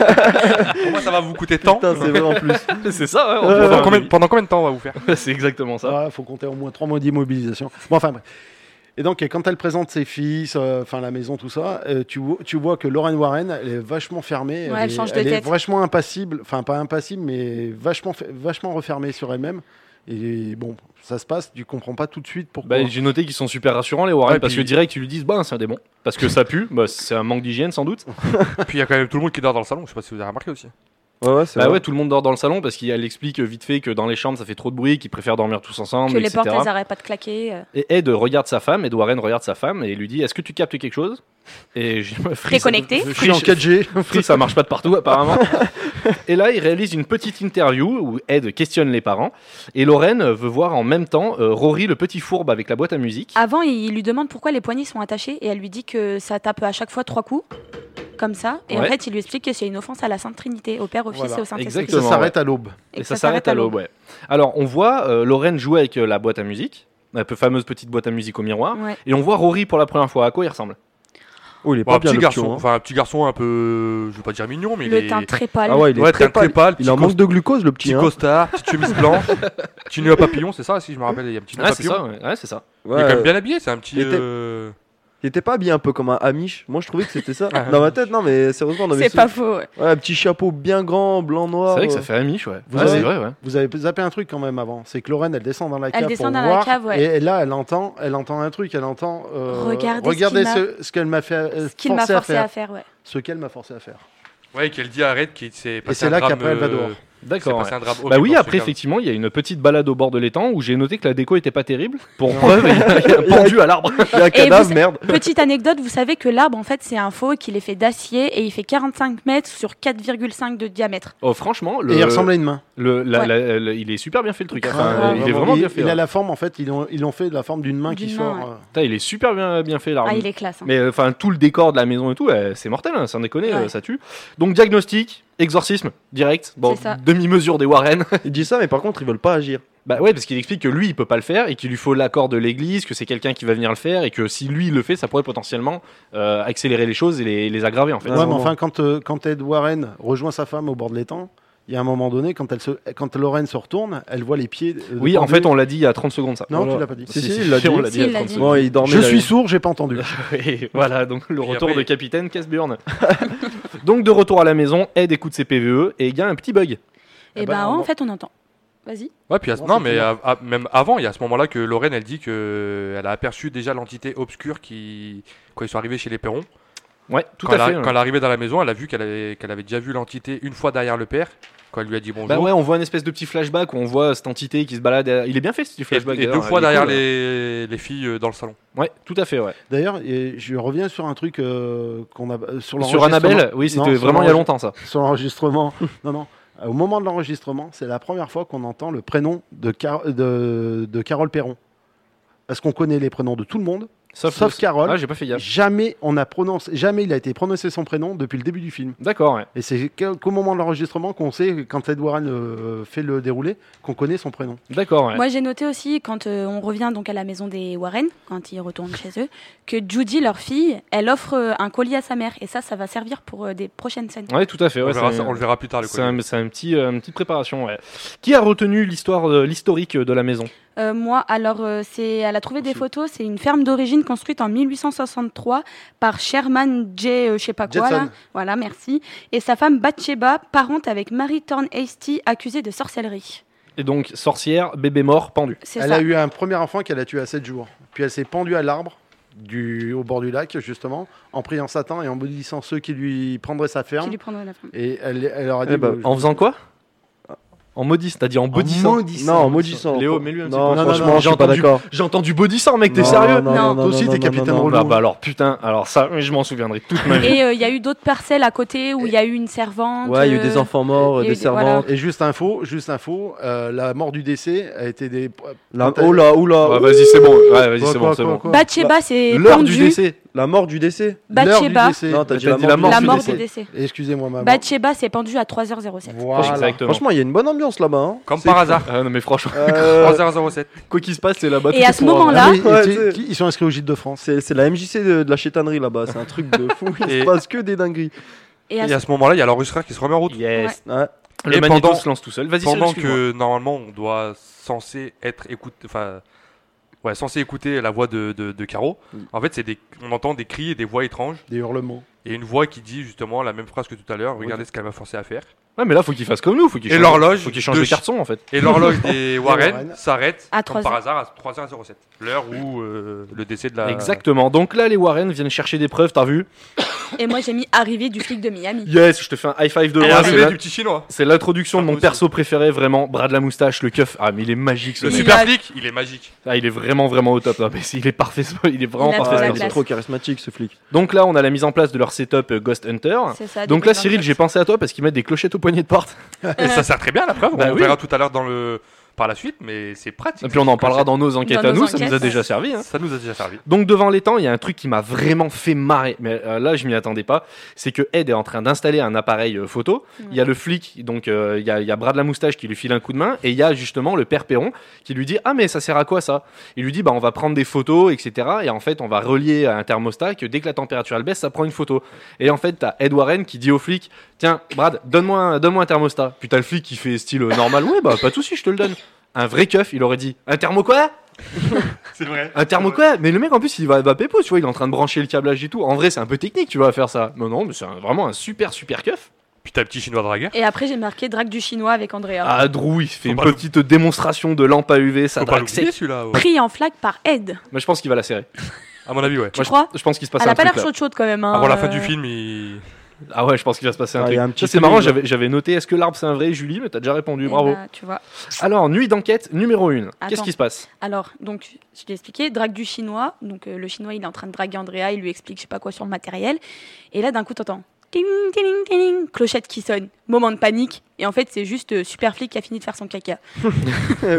E: Pour moi, ça va vous coûter tant.
D: Putain, c'est vrai en plus.
A: c'est ça, ouais, on peut
E: Pendant
A: faire un
E: combien,
A: devis.
E: pendant combien de temps on va vous faire
A: C'est exactement ça.
F: voilà, faut compter au moins trois mois d'immobilisation. Bon, enfin, bref. Et donc, euh, quand elle présente ses fils, euh, enfin la maison, tout ça, euh, tu, vois- tu vois que Lorraine Warren, elle est vachement fermée.
B: Ouais, elle
F: est,
B: change de
F: est
B: tête.
F: vachement impassible, enfin pas impassible, mais vachement, fe- vachement refermée sur elle-même. Et bon, ça se passe, tu comprends pas tout de suite pourquoi.
A: Bah, j'ai noté qu'ils sont super rassurants les Warren
E: Ouais,
A: parce
E: puis-
A: que direct ils lui disent bah c'est un démon parce que ça pue bah c'est un manque d'hygiène sans doute
E: Puis il y a quand même tout le monde qui dort dans le salon. Je sais pas si vous avez remarqué aussi.
D: Ouais, ouais, c'est
A: bah
D: vrai.
A: ouais tout le monde dort dans le salon parce qu'elle explique vite fait que dans les chambres ça fait trop de bruit qu'ils préfèrent dormir tous ensemble
B: Que les
A: etc.
B: portes, elles arrêtent pas de claquer. euh.
A: et Ed regarde sa femme Ed Warren regarde sa femme et lui dit est-ce que tu captes quelque chose et je Free, ça-
B: connecté
A: Free,
F: Pris en 4G.
A: Free, ça marche pas de partout apparemment et là il réalise une petite interview où Ed questionne les parents et Lorraine veut voir en même temps euh, Rory le petit fourbe avec la boîte à musique
B: Avant, il lui demande pourquoi les poignées sont attachées et elle lui dit que ça tape à chaque fois trois coups, comme ça. Et en
A: Ouais.
B: fait, il lui explique que c'est une offense à la Sainte Trinité, au Père, au Fils
F: Voilà,
B: et au Saint-Esprit.
A: exactement.
F: ça s'arrête à l'aube.
A: Et, ça, s'arrête à l'aube, ouais. Alors, on voit euh, Lorraine jouer avec euh, la boîte à musique, la peu- fameuse petite boîte à musique au
E: Ah,
A: miroir,
B: Ouais.
A: et on voit Rory pour la première fois. À quoi il ressemble
D: Oh, il est
E: Bon,
D: pas
E: un
D: bien
E: petit
D: le
E: garçon.
D: pion, hein.
E: Enfin, un petit garçon un peu, je veux pas dire mignon, mais il
B: Le
E: est.
B: teint très pâle.
D: Ah ouais, il est
E: Ouais,
D: très
E: teint très
D: pâle.
E: pâle.
D: Il en manque de glucose le petit.
E: Petit
D: hein.
E: costard, petite chemise blanche, petit nœud à papillon, c'est ça si je me rappelle. Il y a un petit nœud à
A: Ah, c'est
E: papillon.
A: ça, ouais. Ouais, c'est ça.
E: Il est quand
D: Ouais,
E: même bien habillé. C'est un petit.
D: Il était-
E: euh,
D: Il était pas habillé un peu comme un Amish. Moi je trouvais que c'était ça.
A: Ah,
D: dans ma tête, non mais sérieusement, dans mes
B: C'est pas faux. ouais.
D: sou- Ouais, un petit chapeau bien grand, blanc, noir.
A: C'est vrai que
D: euh.
A: ça fait Amish, ouais.
F: Vous
A: Ouais, c'est
F: avez-
A: vrai, ouais.
F: Vous avez zappé un truc quand même avant. C'est que Lorraine, elle descend dans la
B: Elle
F: cave.
B: descend
F: pour
B: dans la
F: voir,
B: cave, ouais.
F: Et là, elle entend, elle entend un truc. Elle entend. euh,
B: Regardez ce
F: regardez
B: qu'il m'a-
F: ce, ce qu'elle m'a fait. euh,
B: Ce qu'il m'a
F: forcer à
B: forcé
F: faire.
B: à faire, ouais.
F: Ce qu'elle m'a forcé à faire.
E: Ouais, qu'elle dit arrête, qui s'est passé
F: c'est
E: un
F: là
E: drame,
F: qu'après, elle va
E: euh,
F: dehors.
E: s'est
A: D'accord.
E: passé un drame
A: Bah
E: horrible
A: oui,
E: dans ce
A: après,
E: garçon.
A: effectivement, il y a une petite balade au bord de l'étang où j'ai noté que la déco était pas terrible. Pour preuve, il y a- il y a un pendu à l'arbre.
D: Il y a un cadavre,
B: vous-
D: merde.
B: Petite anecdote, vous savez que l'arbre, en fait, c'est un faux qu'il est fait d'acier et il fait 45 mètres sur 4,5 de diamètre.
A: Oh, franchement, le,
F: Et il ressemble à une main.
A: le- la-
B: Ouais.
A: la- la- il est super bien fait le truc. hein. Enfin,
B: Ah,
A: il est vraiment
F: il,
A: bien fait. hein.
F: il
A: ouais.
F: a la forme en fait. Ils l'ont, ils l'ont fait de la forme d'une main qui
B: D'une
F: sort.
B: main, ouais.
F: euh,
A: Putain, il est super bien, bien fait l'arbre.
B: Ah, il est classe. hein.
A: Mais euh, enfin, tout le décor de la maison et tout, euh, c'est mortel, hein, sans déconner,
B: Ouais.
A: euh, ça tue. Donc, diagnostic, exorcisme, direct. Bon,
B: C'est ça.
A: demi-mesure des Warren.
D: Il dit ça, mais par contre, ils veulent pas agir.
A: bah ouais, parce qu'il explique que lui, il peut pas le faire et qu'il lui faut l'accord de l'église, que c'est quelqu'un qui va venir le faire et que si lui il le fait, ça pourrait potentiellement euh, accélérer les choses et les, les aggraver en fait.
D: Ouais,
F: ouais, mais
D: vraiment.
F: enfin, quand, euh, quand Ed Warren rejoint sa femme au bord de l'étang, il y a un moment donné, quand, elle se, quand Lorraine se retourne, elle voit les pieds. euh,
A: Oui,
F: de
A: en
F: pendu.
A: fait, on l'a dit il y a 30 secondes ça.
F: Non,
D: Voilà.
F: tu l'as pas dit.
D: Si, si, il l'a dit.
A: on l'a
B: Si,
A: dit il
B: il
A: y a
B: l'a
A: 30
B: dit.
A: secondes.
D: Bon, il dormait.
F: Je
D: là,
F: suis
D: il-
F: sourd, j'ai pas entendu.
A: Et voilà, donc le
E: Puis
A: retour
E: après-
A: de capitaine Casbjorn. donc, de retour à la maison, Ed écoute ses PVE E, et il y a un petit bug.
B: Et
F: bah,
B: bah, en
F: on-
B: fait, on entend. Vas-y.
E: Ouais, puis à ce-
F: Non,
E: non,
F: c'est
E: mais
F: clair.
E: à- à- même avant, il y a à ce moment-là que Lorraine, elle dit que elle a aperçu déjà l'entité obscure qui, quand ils sont arrivés chez les Perrons,
A: Ouais, tout
E: quand,
A: à
E: elle a-
A: fait. hein.
E: quand elle est arrivée dans la maison, elle a vu qu'elle avait, qu'elle avait déjà vu l'entité une fois derrière le père, quand elle lui a dit bonjour.
A: Bah ouais, on voit une espèce de petit flashback où on voit cette entité qui se balade. à- Il est bien fait ce petit
E: et,
A: flashback.
E: et deux
A: d'ailleurs,
E: fois
A: il est
E: derrière
A: cool. hein.
E: les, les filles euh, dans le salon.
A: Ouais, tout à fait, ouais.
F: D'ailleurs, et je reviens sur un truc euh, qu'on a euh, sur
A: Sur
F: l'enregistrement.
A: Annabelle, oui,
F: Non,
A: c'était
F: sur
A: vraiment il y a
F: l'enregistre-
A: longtemps ça.
F: Sur l'enregistrement. non, non. Au moment de l'enregistrement, c'est la première fois qu'on entend le prénom de, Car- de, de Carole Perron. Parce qu'on connaît les prénoms de tout le monde, sauf, Carole.
A: Ah, j'ai pas fait gaffe.
F: jamais on a prononcé, jamais il a été prononcé son prénom depuis le début du film.
A: D'accord, ouais.
F: Et c'est qu'au qu'au moment de l'enregistrement qu'on sait, quand Ed Warren euh, fait le déroulé, qu'on connaît son prénom.
A: D'accord, ouais.
B: Moi, j'ai noté aussi, quand euh, on revient donc à la maison des Warren, quand ils retournent chez eux, que Judy, leur fille, elle offre euh, un collier à sa mère. Et ça, ça va servir pour euh, des prochaines scènes.
A: Ouais, tout à fait.
E: on,
A: ouais,
E: verra
A: c'est-
E: ça- on le verra plus tard. Le
A: C'est
E: collier.
A: un, c'est un petit, euh, une petite préparation, ouais. Qui a retenu l'histoire, euh, l'historique de la maison
B: Euh, moi, alors, euh, c'est, elle a trouvé des photos. C'est une ferme d'origine construite en 1863 par Sherman J. euh, je sais pas quoi.
F: Jetson.
B: là. Voilà, merci. Et sa femme Bathsheba, parente avec Mary Thorne Hasty, accusée de sorcellerie.
A: Et donc, sorcière, bébé mort, pendu.
B: C'est
F: Elle
B: ça.
F: a eu un premier enfant qu'elle a tué à 7 jours. Puis elle s'est pendue à l'arbre du, au bord du lac, justement, en priant Satan et en maudissant ceux qui lui prendraient sa
B: Qui
F: ferme.
B: lui prendra la femme.
F: Et elle, elle leur a dit.
D: Eh ben,
F: euh,
A: En faisant quoi En maudissant, t'as dit en maudissant
D: Non, en maudissant.
A: Léo, mets-lui un petit peu. Non,
D: Non,
A: non,
D: franchement,
A: non,
D: je suis pas
A: j'entends du-
D: d'accord.
A: J'ai entendu maudissant, mec, t'es
D: Non,
A: sérieux
D: non,
B: Non,
F: toi
D: non, non,
F: aussi,
D: non,
F: t'es
D: non,
F: capitaine
D: non, non.
F: Roland.
A: Bah, bah alors, putain, alors ça, je m'en souviendrai toute ma vie.
B: Et euh, il y a eu d'autres parcelles à côté où il y a eu une servante.
D: Ouais, il y a eu des
B: euh,
D: enfants morts,
B: il y a eu
D: des
B: des- voilà.
D: servantes.
F: Et juste info, juste info, euh, la mort du décès a été des.
D: La-
F: Quand elle-
D: Oh là, oh là.
A: Ouais, vas-y, c'est bon. Ouais, vas-y,
F: Quoi,
A: c'est bon,
F: quoi,
A: c'est
F: quoi,
A: bon.
F: quoi
B: Bathsheba, c'est
D: L'heure du
B: pendu.
D: décès. La mort du décès.
B: Bah,
F: L'heure du
B: Bathsheba,
F: décès.
D: Non, t'as dit
A: Bah, t'as
D: la
A: dit
D: mort,
A: la
B: la
D: du
A: du
B: mort
D: décès.
B: du décès.
F: Excusez-moi, maman.
B: Batsheba s'est pendue à 3h07.
F: Voilà.
A: Exactement.
D: Franchement, il y a une bonne ambiance là-bas. hein.
E: Comme
D: C'est-
E: par hasard.
A: Ah, non, mais franchement,
D: Euh,
E: 3007.
A: quoi qu'il se passe, c'est là-bas.
B: Et
A: tout
B: à
A: est
B: ce
A: pour avoir-
B: moment-là-
F: Ah oui,
D: Voilà.
F: et tu sais,
D: Ouais, c'est-
F: qui- ils sont inscrits au Gîte de France.
D: C'est c'est la MJC de, de la chétanerie là-bas, c'est un truc de fou, il se
E: Et-
D: passe que des dingueries.
B: Et à
E: Et à ce moment-là, il y a l'enregistreur qui se remet en route.
A: Yes.
D: Ouais.
A: Le
E: Et
A: magnéto
E: pendant-
A: se lance tout seul. Vas-y, Cyril,
E: Pendant
A: excuse-moi.
E: que normalement, on doit censé être écouté, enfin, ouais, censé écouter la voix de, de, de Caro.
A: Mm.
E: En fait, c'est des, on entend des cris et des voix étranges
F: Des hurlements.
E: et une voix qui dit justement la même phrase que tout à l'heure. Regardez ce qu'elle m'a forcé à faire.
A: Ouais, mais là, faut qu'il fasse comme nous. Faut qu'il
E: Et
A: change-
E: l'horloge
A: Faut qu'il change
E: de
A: de
E: ch-
A: carton, en fait.
E: Et l'horloge des Warren
F: Warren.
E: s'arrête
B: À
E: comme
B: 3
E: par
B: heures.
E: hasard à 3h07, l'heure où euh, le décès de la.
A: Exactement. Donc là, les Warren viennent chercher des preuves, t'as vu
B: Et moi, j'ai mis arrivée du flic de Miami.
A: Yes, je te fais un high five de
E: Et
A: loin. Ah, c'est
E: l'arrivée
A: la-
E: du petit chinois.
A: C'est l'introduction de
E: Ah,
A: mon
E: aussi.
A: perso préféré, vraiment. Bras de la moustache, le keuf. Ah, mais il est magique ce
E: Le
B: Il
A: mec.
E: super
B: a-
E: flic, il est magique.
A: Ah, il est vraiment, vraiment au top. Non, mais il est parfait, ce- il est vraiment
B: Il
A: parfait.
B: a toute
A: ce
B: la
A: perso.
D: c'est
B: classe.
D: trop charismatique ce flic.
A: Donc là, on a la mise en place de leur setup euh, Ghost Hunter.
B: C'est ça.
A: Donc là, Cyril, j'ai pensé à toi parce qu'ils mettent des clochettes aux poignées de porte.
E: Et ça sert très bien la preuve.
A: Bah
E: on
A: oui.
E: verra tout à l'heure dans le par la suite, mais c'est pratique.
A: Et puis on en parlera dans nos enquêtes
B: Dans
A: à
B: nos
A: nous, ça nous a
B: enquêtes.
A: déjà servi. hein.
E: Ça nous a déjà servi.
A: Donc devant l'étang, il y a un truc qui m'a vraiment fait marrer, mais euh, là je m'y attendais pas, c'est que Ed est en train d'installer un appareil euh, photo,
B: Ouais.
A: il y a le flic, donc euh, il y, a, il y a Bras de la Moustache qui lui file un coup de main, et il y a justement le père Perron qui lui dit « Ah mais ça sert à quoi ça ?» Il lui dit « Bah on va prendre des photos, etc. » Et en fait on va relier à un thermostat que dès que la température elle baisse, ça prend une photo. Et en fait t'as Ed Warren qui dit au flic « Tiens Brad, donne-moi un, donne-moi un thermostat. » Puis t'as le flic qui fait style euh, normal « Ouais bah pas de soucis, je te le donne. » Un vrai keuf, il aurait dit « Un thermo quoi ?»
E: C'est vrai.
A: Un thermo quoi Mais le mec en plus il va à Pépo, tu vois, il est en train de brancher le câblage et tout. En vrai, c'est un peu technique, tu vois, à faire ça. Non, non, mais c'est un- vraiment un super super keuf.
E: Puis t'as le petit chinois dragueur.
B: Et après, j'ai marqué drague du chinois avec Andrea.
A: Ah, Drew, il fait
E: Faut
A: une
E: pas le-
A: petite démonstration de lampe à UV, ça
E: Faut pas
A: drague
E: l'oublier
A: sec.
E: celui-là. ouais.
B: Pris en flag par Ed.
A: Mais je pense qu'il va la serrer.
E: À mon avis, ouais.
B: Tu
A: Moi, je-
B: crois
A: je, pense qu'il se passe
B: Elle
A: un
B: a pas
A: truc.
B: l'air
A: Là.
B: chaude chaude quand même. hein.
E: Avant la fin du
B: Euh,
E: film, il.
A: Ah ouais, je pense qu'il va se passer un
D: Ah, il
A: truc.
D: y a un petit
A: Ça, c'est
D: film,
A: marrant,
D: là.
A: j'avais j'avais noté est-ce que l'arbre c'est un vrai Julie, mais t'as déjà répondu,
B: eh
A: bravo.
B: ben, tu vois.
A: Alors, nuit d'enquête numéro 1. Qu'est-ce
B: Attends.
A: qui se passe
B: Alors, donc, je t'ai expliqué, drague du chinois. Donc, euh, le chinois, il est en train de draguer Andrea, il lui explique, je sais pas quoi, sur le matériel. Et là, d'un coup, t'entends. Ting, ting, ting, clochette qui sonne. Moment de panique. Et en fait, c'est juste euh, Super Flic qui a fini de faire son caca.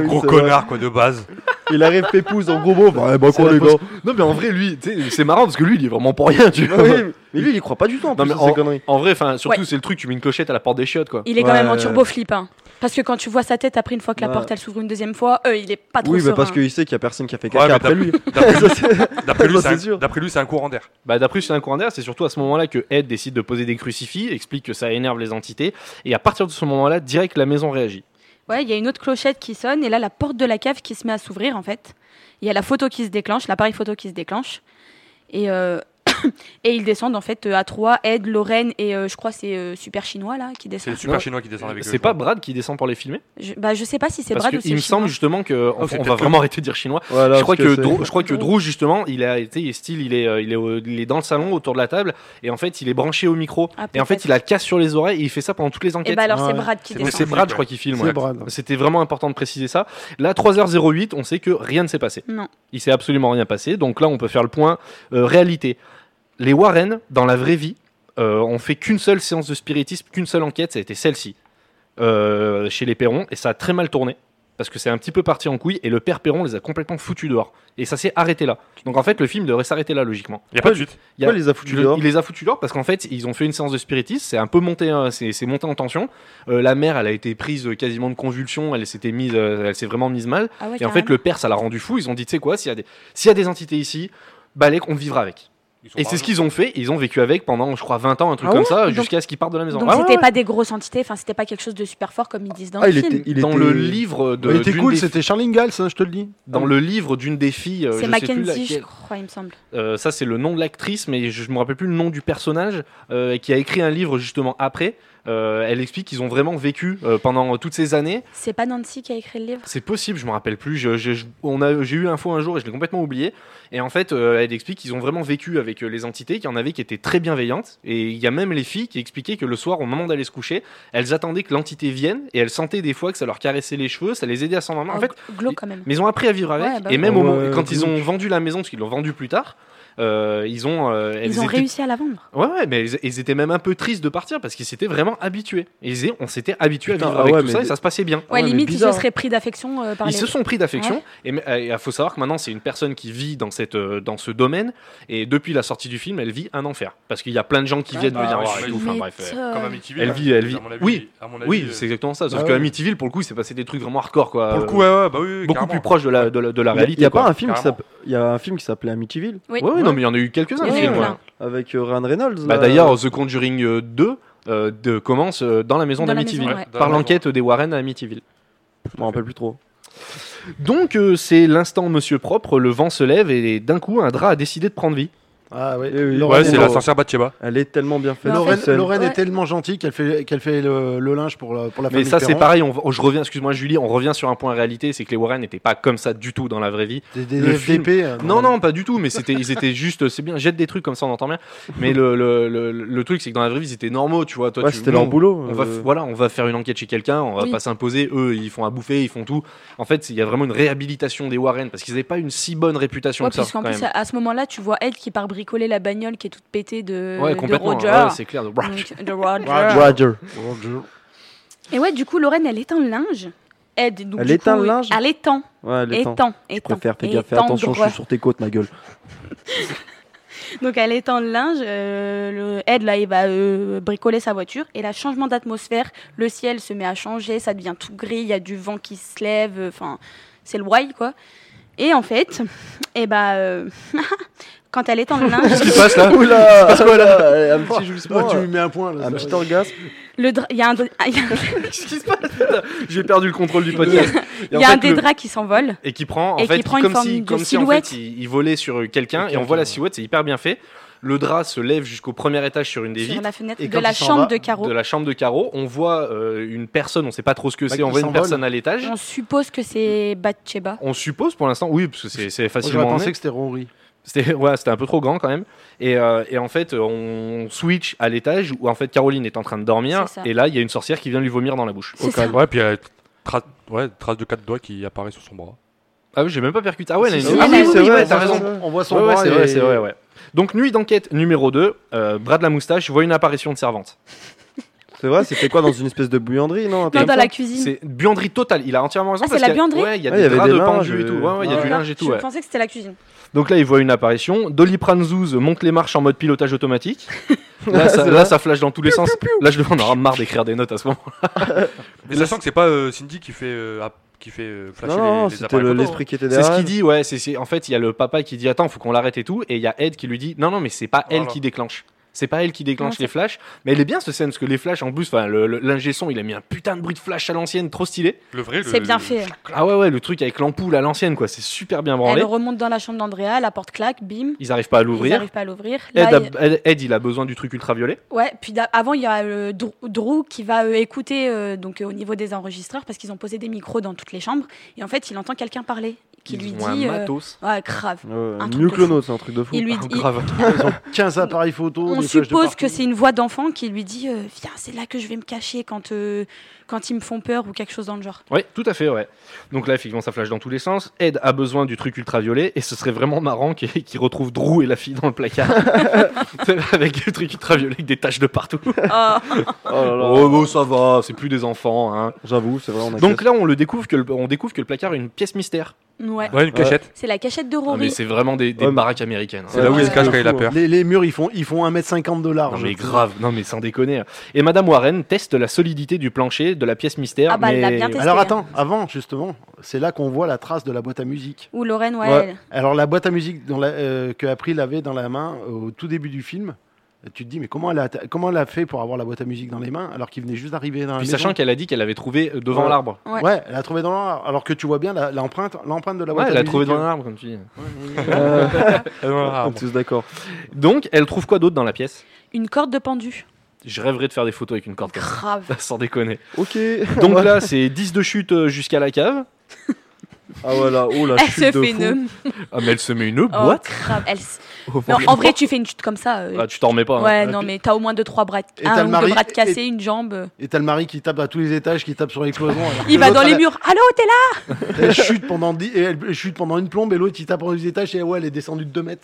E: Gros
D: C'est
E: connard, quoi, de base.
D: vrai. Il arrive pépouze en gros mot. Bah, bah
A: C'est
D: quoi
A: la
D: les gars
A: pause. Non, mais en vrai, lui, tu sais, c'est marrant parce que lui, il est vraiment pour rien, tu
D: Ah
A: vois.
D: oui, Mais lui il y croit pas du tout en
A: Non, mais
D: plus à ces conneries.
A: En vrai, enfin, surtout,
B: Ouais.
A: c'est le truc, tu mets une clochette à la porte des chiottes, quoi.
B: Il est quand
D: Ouais,
B: même en
D: ouais,
B: turbo flip. hein. Parce que quand tu vois sa tête après, une fois que la
D: Ouais.
B: porte elle s'ouvre une deuxième fois, euh, il est pas trop
D: Oui mais
B: serein.
D: parce qu'il sait qu'il y a personne qui a fait
E: Ouais, mais
D: caca après
E: t'as-
D: lui.
E: D'après
D: Ça, c'est-
E: d'après lui,
D: Ça,
E: c'est
D: c'est
E: un-
D: sûr.
E: d'après lui, c'est un courant d'air.
A: Bah d'après c'est un courant d'air, c'est surtout à ce moment-là que Ed décide de poser des crucifix, explique que ça énerve les entités, et à partir de ce moment-là, direct la maison réagit.
B: Ouais, il y a une autre clochette qui sonne et là la porte de la cave qui se met à s'ouvrir en fait. Il y a la photo qui se déclenche, l'appareil photo qui se déclenche. Et euh, Et ils descendent en fait euh, à trois, Ed, Lorraine et euh, je crois c'est euh, Super Chinois là qui
E: C'est le
B: descend.
E: super
A: Non.
E: chinois qui descend avec eux,
A: C'est
E: je
A: pas
E: crois.
A: Brad qui descend pour les filmer
B: Je, bah, je sais pas si c'est
A: Parce
B: Brad
A: que
B: ou c'est
A: il me
B: Chinois.
A: semble justement que on- on
E: c'est
A: va
E: peut-être
A: vraiment arrêter de dire chinois.
D: Voilà,
A: je crois
D: parce
A: que,
D: c'est-
A: Drew, je crois que Drew justement, il a été style, il est, euh, il est, au- il est dans le salon autour de la table et en fait il est branché au micro
B: Ah,
A: et en fait
B: peut-être.
A: il a le casque sur les oreilles et il fait ça pendant toutes les enquêtes.
B: Et bah alors
F: Ah
B: c'est
F: ouais.
B: Brad qui
E: C'est-
A: Mais
B: descend.
A: c'est Brad, je crois, qui filme. ouais.
F: C'est Brad.
A: C'était vraiment important de préciser ça. Là, 3h08, on sait que rien ne s'est passé.
B: Non.
A: Il s'est absolument rien passé. Donc là, on peut faire le point euh, réalité. Les Warren, dans la vraie vie, euh, ont fait qu'une seule séance de spiritisme, qu'une seule enquête, ça a été celle-ci, euh, chez les Perrons, et ça a très mal tourné. Parce que c'est un petit peu parti en couille et le père Perron les a complètement foutus dehors. Et ça s'est arrêté là. Donc en fait, le film devrait s'arrêter là, logiquement.
E: Il n'y a pas de suite.
A: Il y a-
D: Pourquoi il les a
A: Tu
D: foutus
A: le-
D: dehors
A: il les a foutus dehors parce qu'en fait, ils ont fait une séance de spiritisme. C'est un peu monté, hein, c'est c'est monté en tension. Euh, la mère, elle a été prise euh, quasiment de convulsions. Elle s'était mise, euh, elle s'est vraiment mise mal.
B: Ah ouais,
A: Et en fait,
B: carrément.
A: le père, ça l'a rendu fou. Ils ont dit, tu sais quoi, s'il y a des, s'il y a des entités ici, balèque, on vivra avec.
E: Ils sont
A: Et
E: pas
A: c'est ce
E: rares.
A: qu'ils ont fait. Ils ont vécu avec pendant, je crois, 20 ans, un truc
B: Ah
A: comme
B: ouais
A: ça,
B: Donc-
A: jusqu'à ce qu'ils partent de la maison.
B: Donc
A: Ah ouais,
B: c'était
A: ouais.
B: pas des grosses entités, enfin c'était pas quelque chose de super fort comme ils disent dans
D: Ah,
B: le
D: il
B: film.
D: était, il
A: dans
D: était-
A: le livre de,
F: Il était
A: d'une
F: cool,
A: des-
F: c'était Charlie Ingalls, hein, je te le dis.
A: dans le livre d'une des filles. euh, je
B: C'est
A: sais plus
B: Mackenzie,
A: laquelle.
B: je crois, il me semble.
A: Euh, ça c'est le nom de l'actrice, mais je ne me rappelle plus le nom du personnage, euh, qui a écrit un livre justement après. Euh, elle explique qu'ils ont vraiment vécu euh, pendant toutes ces années.
B: C'est pas Nancy qui a écrit le livre
A: C'est possible, je me rappelle plus. Je- je- je- on a- J'ai eu info un jour et je l'ai complètement oublié. Et en fait, euh, elle explique qu'ils ont vraiment vécu avec euh, les entités, qu'il y en avait qui étaient très bienveillantes. Et il y a même les filles qui expliquaient que le soir, au moment d'aller se coucher, elles attendaient que l'entité vienne et elles sentaient des fois que ça leur caressait les cheveux, ça les aidait à s'endormir. En
B: Oh,
A: fait,
B: glauque quand même.
A: mais ils ont appris à vivre avec.
B: Ouais, bah
A: et
B: oui.
A: même
D: Ah
A: au moment-
D: ouais,
A: quand ils
D: donc.
A: ont vendu la maison, parce qu'ils l'ont vendue plus tard, euh, ils ont, euh, elles
B: Ils ont
A: étaient-
B: réussi à la vendre.
A: Ouais, ouais, mais ils, ils étaient même un peu tristes de partir parce qu'ils s'étaient vraiment habitués. Ils, étaient- on s'était habitués
D: Putain,
A: à vivre
D: ah
A: avec
D: ouais,
A: tout
D: mais
A: ça et
D: des-
A: ça se passait bien.
B: Ouais,
D: mais
B: limite, ils se
D: bizarre.
B: seraient pris d'affection euh, par
A: Ils
B: les.
A: se sont pris d'affection et mais- et il faut savoir que maintenant c'est une personne qui vit dans, cette, euh, dans ce domaine et depuis la sortie du film elle vit un enfer parce qu'il y a plein de gens qui
B: Ouais,
A: viennent
E: bah,
D: Ah
A: me dire
E: ouais,
A: ouais,
E: ouais,
A: et tout. Enfin, bref, euh,
B: M'étonne.
E: Comme Amityville.
A: Elle vit- elle vit.
E: À mon avis,
A: Oui,
E: à mon avis,
A: oui
E: euh,
A: c'est exactement ça sauf
F: Ah
A: que
F: ouais.
A: Amityville pour le coup il s'est passé des trucs vraiment hardcore quoi.
E: Pour le coup, ouais, ouais, bah oui, oui,
A: beaucoup
E: carrément.
A: plus proche de la, de la, de la
D: Il y a-
A: réalité.
D: Il y a
A: quoi.
D: pas un film qui
E: Carrément.
D: s'appelle- il y a un film qui s'appelait Amityville
A: Ouais, ouais, non, mais hein, il y en a eu quelques-uns.
B: Il y en
A: de
B: a eu
A: films,
B: plein.
A: ouais.
D: avec euh, Ryan Reynolds.
A: Bah,
D: là.
A: D'ailleurs, The Conjuring euh, 2 euh, de- commence euh, dans la maison
B: Dans la
A: d'Amityville,
B: maison, ouais.
E: Dans
A: par
E: la maison.
A: l'enquête des Warren à Amityville.
D: je me rappelle plus trop.
A: Donc euh, c'est l'instant Monsieur Propre, le vent se lève et d'un coup un drap a décidé de prendre vie.
F: Ah ouais.
D: Eh oui.
F: Lorraine,
E: Ouais, c'est
F: est-
E: la sorcière Batsheba.
D: Elle est tellement bien faite.
B: Non,
D: cette
F: Lorraine,
D: scène.
F: Lorraine
B: Ouais.
F: est tellement gentille qu'elle fait, qu'elle fait le, le linge pour la, pour la
A: Mais
F: famille
A: ça c'est
F: Perron.
A: pareil, on, va- oh, je reviens, excuse-moi Julie, on revient sur un point réalité, c'est que les Warren n'étaient pas comme ça du tout dans la vraie vie.
F: Des, des
A: Le
F: FDP. euh,
A: Non, non, pas du tout, mais c'était, ils étaient juste, c'est bien, jette des trucs comme ça on entend bien. Mais le, le, le, le truc c'est que dans la vraie vie ils étaient normaux, tu vois. Toi,
D: Ouais,
A: tu-
D: c'était
A: nous,
D: leur boulot.
A: On va,
D: euh.
A: f- voilà, on va faire une enquête chez quelqu'un, on va
B: Oui.
A: pas s'imposer. Eux, ils font à bouffer, ils font tout. En fait, il y a vraiment une réhabilitation des Warren parce qu'ils n'avaient pas une si bonne réputation
B: Ouais,
A: que ça.
B: puisqu'en
A: quand
B: plus,
A: même.
B: à ce moment-là, tu vois Ed qui part bricoler la bagnole qui est toute pétée de,
A: ouais,
B: euh, de
A: complètement.
B: Roger.
A: ouais, c'est clair. de-
B: Donc, de Roger.
D: Roger.
F: Roger.
B: Et ouais, du coup, Lorraine, elle éteint le linge. Ed, donc,
D: Elle
B: du
D: éteint
B: coup,
D: le linge
B: Elle étend,
D: Ouais, elle est temps.
B: étend,
D: Je
B: étend.
D: préfère, fais gaffe, fais
B: étendre.
D: attention, je suis sur tes côtes, ma gueule.
B: Donc elle étend le linge, euh, le Ed là il va euh, bricoler sa voiture et là changement d'atmosphère, le ciel se met à changer, ça devient tout gris, il y a du vent qui se lève, euh, enfin c'est le wild quoi. Et en fait, et bah euh, quand elle étend le linge,
A: Qu'est-ce qui se passe là
D: Oula Un petit
F: Oh,
D: jouissement,
F: tu
D: euh,
F: lui mets un point
A: ah,
F: là.
D: un
F: ça.
D: petit orgasme.
B: le dra- il y a un, dra- il y a-
A: Qu'est-ce qui se passe Putain, J'ai perdu le contrôle du podcast. Et
B: il
A: en
B: y a un
A: fait,
B: des
A: le-
B: draps qui s'envole.
A: Et qui prend, en
B: et qui
A: fait,
B: prend une
A: comme
B: forme
A: si,
B: de
A: comme si en
B: silhouette.
A: fait, il, il volait sur quelqu'un et on voit la silhouette, c'est hyper bien fait. Le drap se lève jusqu'au premier étage sur une des
B: Sur
A: vitres
B: la fenêtre
F: Et
B: de
F: quand
B: la
F: il s'en
B: chambre
F: va,
B: de Caro.
A: de la chambre de Caro. On voit euh, une personne, on sait pas trop ce que
F: Bah,
A: c'est, on
F: qui
A: voit une
F: s'envole.
A: personne à l'étage.
B: On suppose que
A: Mm.
B: c'est Batsheba.
A: On suppose pour l'instant, oui, parce que c'est- c'est
F: Moi, J'aurais
A: facilement.
F: pensé que c'était Rory.
A: C'était ouais, c'était un peu trop grand quand même. Et, euh, et en fait, on switch à l'étage où en fait Caroline est en train de dormir.
B: C'est ça.
A: Et là, il y a une sorcière qui vient lui vomir dans la bouche.
B: C'est ça.
E: Ouais, puis elle a tra- ouais, trace de quatre doigts qui apparaît sur son bras.
A: Ah oui, j'ai même pas percuté. Ah ouais, elle a
F: Si, si,
A: une-
B: si,
A: ah
B: si,
A: oui,
B: si,
A: c'est
B: oui,
A: vrai,
B: bah,
A: t'as
B: si,
A: raison.
B: si.
F: On voit son
A: Ouais, ouais,
F: bras
A: c'est
F: et-
A: vrai, c'est vrai, ouais. Donc nuit d'enquête numéro 2, euh, bras de la moustache, voit une apparition de servante.
D: C'est vrai, c'était quoi dans une espèce de bouillanderie, non un truc
B: Non,
D: comme
B: dans
D: ça
B: la cuisine.
A: C'est buanderie totale, il a entièrement raison.
B: Ah,
A: parce
B: c'est la
A: qu'il y a-
B: buanderie
A: Ouais, il y a
D: Ouais, il y
A: des
D: avait
A: draps
D: des
A: de
D: linges,
A: pendu et tout. Ouais, ouais, il y a
D: euh,
A: du linge et tout.
B: Je
A: ouais.
B: pensais que c'était la cuisine.
A: Donc là, il voit une apparition. Dolly Pranzouz monte les marches en mode pilotage automatique. Là, ça,
D: C'est
A: là,
D: vrai.
A: ça flash dans tous les sens. Là, je on aura marre d'écrire des notes à ce moment.
E: Mais sachant que c'est pas euh, Cindy qui fait, euh, app- qui fait euh, flasher
D: Non, non,
E: les- les,
D: c'était
E: appareils hein.
D: le-
E: photo.
D: l'esprit qui était
A: C'est
D: derrière.
A: ce qu'il dit, ouais. c'est- c'est- en fait, il y a le papa qui dit Attends, faut qu'on l'arrête et tout. Et il y a Ed qui lui dit Non, non, mais c'est pas elle
E: Voilà.
A: qui déclenche. C'est pas elle qui déclenche
B: Non,
A: les flashs, mais elle est bien cette scène parce que les flashs en plus, enfin, le- le- l'ingé son, il a mis un putain de bruit de flash à l'ancienne, trop stylé.
E: Le vrai,
B: C'est bien fait. hein.
A: Ah ouais ouais, le truc avec l'ampoule à l'ancienne quoi, c'est super bien branlé.
B: Elle remonte dans la chambre d'Andrea, la porte claque, bim.
A: Ils arrivent pas à
B: Ils
A: l'ouvrir.
B: n'arrivent pas à l'ouvrir. Là,
A: Ed, a-
B: il-
A: Ed- Ed, il a besoin du truc ultraviolet.
B: Ouais, puis d'a- avant, il y a euh, Dr- Drew qui va euh, écouter euh, donc, euh, au niveau des enregistreurs parce qu'ils ont posé des micros dans toutes les chambres. Et en fait, il entend quelqu'un parler qui
A: Ils
B: lui
A: ont
B: dit.
A: un
B: euh,
A: matos.
B: ouais, grave.
D: Euh,
B: Un truc
D: mieux
B: de
D: que le
B: fou.
D: nôtre, c'est un truc de fou.
B: Il lui
A: Ah,
B: il-
A: grave.
F: 15 appareils photo.
B: on
F: des flashs de
B: suppose que
F: partout.
B: c'est une voix d'enfant qui lui dit euh, Viens, c'est là que je vais me cacher quand, euh, quand ils me font peur ou quelque chose dans le genre.
A: Oui, tout à fait, ouais. Donc là, effectivement, ça flash dans tous les sens. Ed a besoin du truc ultraviolet et ce serait vraiment marrant qu'il qu'il retrouve Drew et la fille dans le placard. avec le truc ultraviolet, avec des taches de partout.
B: Oh.
D: Oh là là.
A: Oh, bon, ça va, c'est plus des enfants. Hein.
D: J'avoue, c'est vrai, on a
A: Donc là, on, le découvre que le- on découvre que le placard est une pièce mystère.
B: ouais.
E: Ouais, une cachette.
B: C'est la cachette de
A: Ah, mais
B: Rory.
A: c'est vraiment des, des
D: Ouais, mais-
A: baraques américaines. hein.
E: C'est là où il se cache quand il a
D: fou,
E: peur.
F: Les, les murs, ils font, ils font 1m50 de
A: Non
F: large.
A: mais grave, non mais sans déconner. hein. Et Madame Warren teste la solidité du plancher de la pièce mystère.
B: Ah bah, elle
A: mais...
B: l'a bien testé.
F: Alors
B: hein.
F: attends, avant justement, c'est là qu'on voit la trace de la boîte à musique.
B: Ou Lorraine, ouais.
D: Ouais.
B: elle.
F: Alors la boîte à musique dont la- euh, que April avait dans la main au tout début du film, tu te dis mais comment elle a, comment elle a fait pour avoir la boîte à musique dans les mains alors qu'il venait juste d'arriver dans la
A: Puis
F: maison
A: sachant qu'elle a dit qu'elle avait trouvé euh, devant
F: Ouais.
A: l'arbre.
B: Ouais.
F: Ouais, elle a trouvé dans l'arbre. Alors que tu vois bien la- l'empreinte, l'empreinte de la
A: Ouais,
F: boîte
A: elle
F: à
A: l'a
F: musique.
A: trouvé dans l'arbre comme tu dis.
D: Euh, on
E: Ah,
D: est tous d'accord.
A: Donc, elle trouve quoi d'autre dans la pièce
B: Une corde de pendu.
A: Je rêverais de faire des photos avec une corde. comme ça.
B: Grave.
A: Sans déconner.
D: Ok.
A: Donc là, c'est 10 de chute euh, jusqu'à la cave.
D: ah voilà, oh la
B: Elle
D: chute
B: se
D: de
B: fait
D: fou.
B: une.
A: Ah, mais elle se met une
B: Oh,
A: boîte.
B: grave. Elle s-
A: Oh,
B: Non,
A: franchement.
B: en vrai, tu fais une chute comme ça. euh,
A: Ah, tu t'en remets pas. hein.
B: Ouais,
F: Ah,
B: non,
F: puis-
B: mais t'as au moins deux, trois bras,
F: Et t'as
B: un
F: le
B: ou
F: mari-
B: deux bras de
F: et-
B: cassé, une jambe.
F: Et t'as le mari qui tape à tous les étages, qui tape sur les cloisons. alors
B: Il
F: que
B: va
F: l'autre,
B: dans les
F: elle-
B: murs. Allô, t'es là
F: Elle chute pendant dix- et elle chute pendant une plombe et l'autre il tape dans les étages et ouais, elle est descendue de 2 mètres.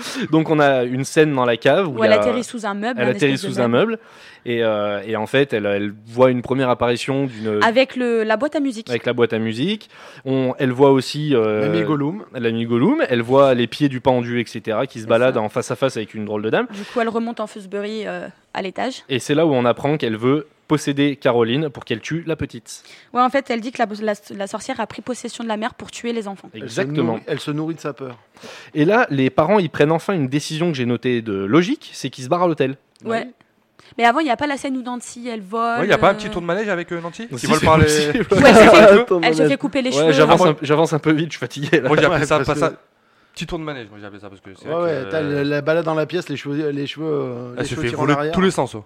F: c'est-
A: Donc, on a une scène dans la cave où
B: Ou
A: il
B: elle
A: y a-
B: atterrit sous un meuble.
A: elle
B: un
A: atterrit
B: espèce de
A: sous un
B: meuble.
A: meuble. Et, euh, et en fait, elle, elle voit une première apparition d'une.
B: Avec le, la boîte à musique.
A: Avec la boîte à musique, on, elle voit aussi euh,
F: L'ami Gollum.
A: l'ami Gollum, elle voit les pieds du pendu, etc., qui se
B: C'est
A: baladent
B: ça.
A: en face à face avec une drôle de dame.
B: Du coup, elle remonte en Fusbury euh, à l'étage.
A: Et c'est là où on apprend qu'elle veut posséder Caroline pour qu'elle tue la petite.
B: Ouais, en fait, elle dit que la, la, la sorcière a pris possession de la mère pour tuer les enfants.
F: Elle se
A: Exactement.
F: nourrit- Elle se nourrit de sa peur.
A: Et là, les parents, ils prennent enfin une décision que j'ai notée de logique, c'est qu'ils se barrent à l'hôtel.
B: Ouais. Mais avant, il n'y a pas la scène où Nancy, elle vole.
E: Il n'y a pas un
B: euh,
E: petit tour de manège avec euh, Nancy
A: Si
E: Qui veulent
A: c'est
E: parler.
A: possible.
B: Ouais, elle se fait-
D: Attends,
B: elle se
D: manège.
B: fait couper les
A: Ouais,
B: cheveux.
A: j'avance un, j'avance un peu vite, je suis fatigué. là.
E: Moi j'ai appelé ça,
F: parce
E: pas
F: que-
E: ça. Petit tour de manège, moi j'ai appelé ça parce que c'est.
F: Ouais,
E: vrai
F: ouais,
E: que,
F: t'as
E: euh,
F: la, la balade dans la pièce, les cheveux, les cheveux, euh, les
E: Elle se
F: cheveux
E: fait
F: tirés en
E: voler
F: arrière.
E: tous les sens. oh.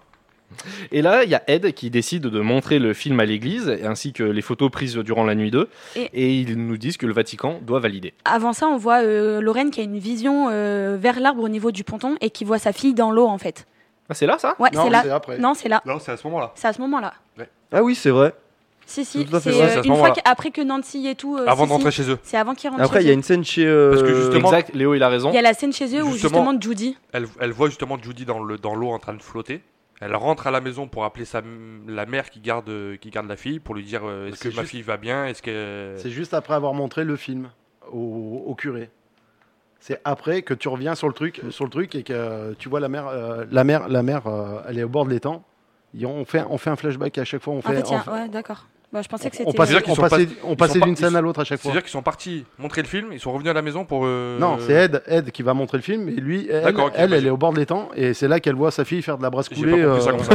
A: Et là, il y a Ed qui décide de montrer le film à l'église, ainsi que les photos prises durant la nuit 2. Et,
B: Et-
A: ils nous disent que le Vatican doit valider.
B: Avant ça, on voit euh, Lorraine qui a une vision euh, vers l'arbre au niveau du ponton et qui voit sa fille dans l'eau, en fait.
A: Ah, c'est là, ça
B: Ouais,
F: Non,
B: c'est là.
F: c'est après.
B: Non, c'est là.
E: Non, c'est à ce moment-là.
B: C'est à ce moment-là.
D: Ah oui, c'est vrai.
B: Si, si,
D: Tout à fait,
B: c'est
E: ouais.
B: euh,
E: C'est à ce
B: une fois
E: moment-là.
B: que- après que Nancy et tout. euh,
E: Avant
B: si,
E: de rentrer
B: si,
E: chez eux.
B: C'est avant qu'ils rentrent
D: Après, il
B: chez
D: y a
B: eux.
D: une scène chez. euh,
E: Parce que justement-
A: Exact, Léo, il a raison.
B: Il y a la scène chez eux où
E: Justement-
B: justement Judy.
E: Elle, elle voit justement Judy dans le- dans l'eau en train de flotter. Elle rentre à la maison pour appeler sa, m- la mère qui garde, euh, qui garde la fille pour lui dire euh, est-ce que
F: C'est
E: ma
F: juste-
E: fille va bien Est-ce que.
F: C'est juste après avoir montré le film au, au curé. C'est après que tu reviens sur le truc, sur le truc et que euh, tu vois la mer, euh, la mer, la mer, euh, elle est au bord de l'étang. Et on fait, on fait un flashback à chaque fois. On
B: Ah, En fait,
F: fait,
B: il y a-
F: on-
B: ouais, d'accord. Bah, je pensais que
F: on,
B: c'était.
F: passait,
E: C'est-à-dire qu'ils
F: on
E: sont pas-
F: passait- on
E: ils
F: passait
E: sont pas-
F: d'une scène
E: ils-
F: à l'autre à chaque fois.
E: C'est-à-dire qu'ils sont partis montrer le film, ils sont revenus à la maison pour. euh,
F: Non, c'est Ed, Ed qui va montrer le film, et lui, elle,
E: D'accord, ok,
F: elle, elle
E: vas-y.
F: est au bord de l'étang, et c'est là qu'elle voit sa fille faire de la brasse
E: J'ai
F: coulée
E: pas compris ça
F: euh,
E: comme ça.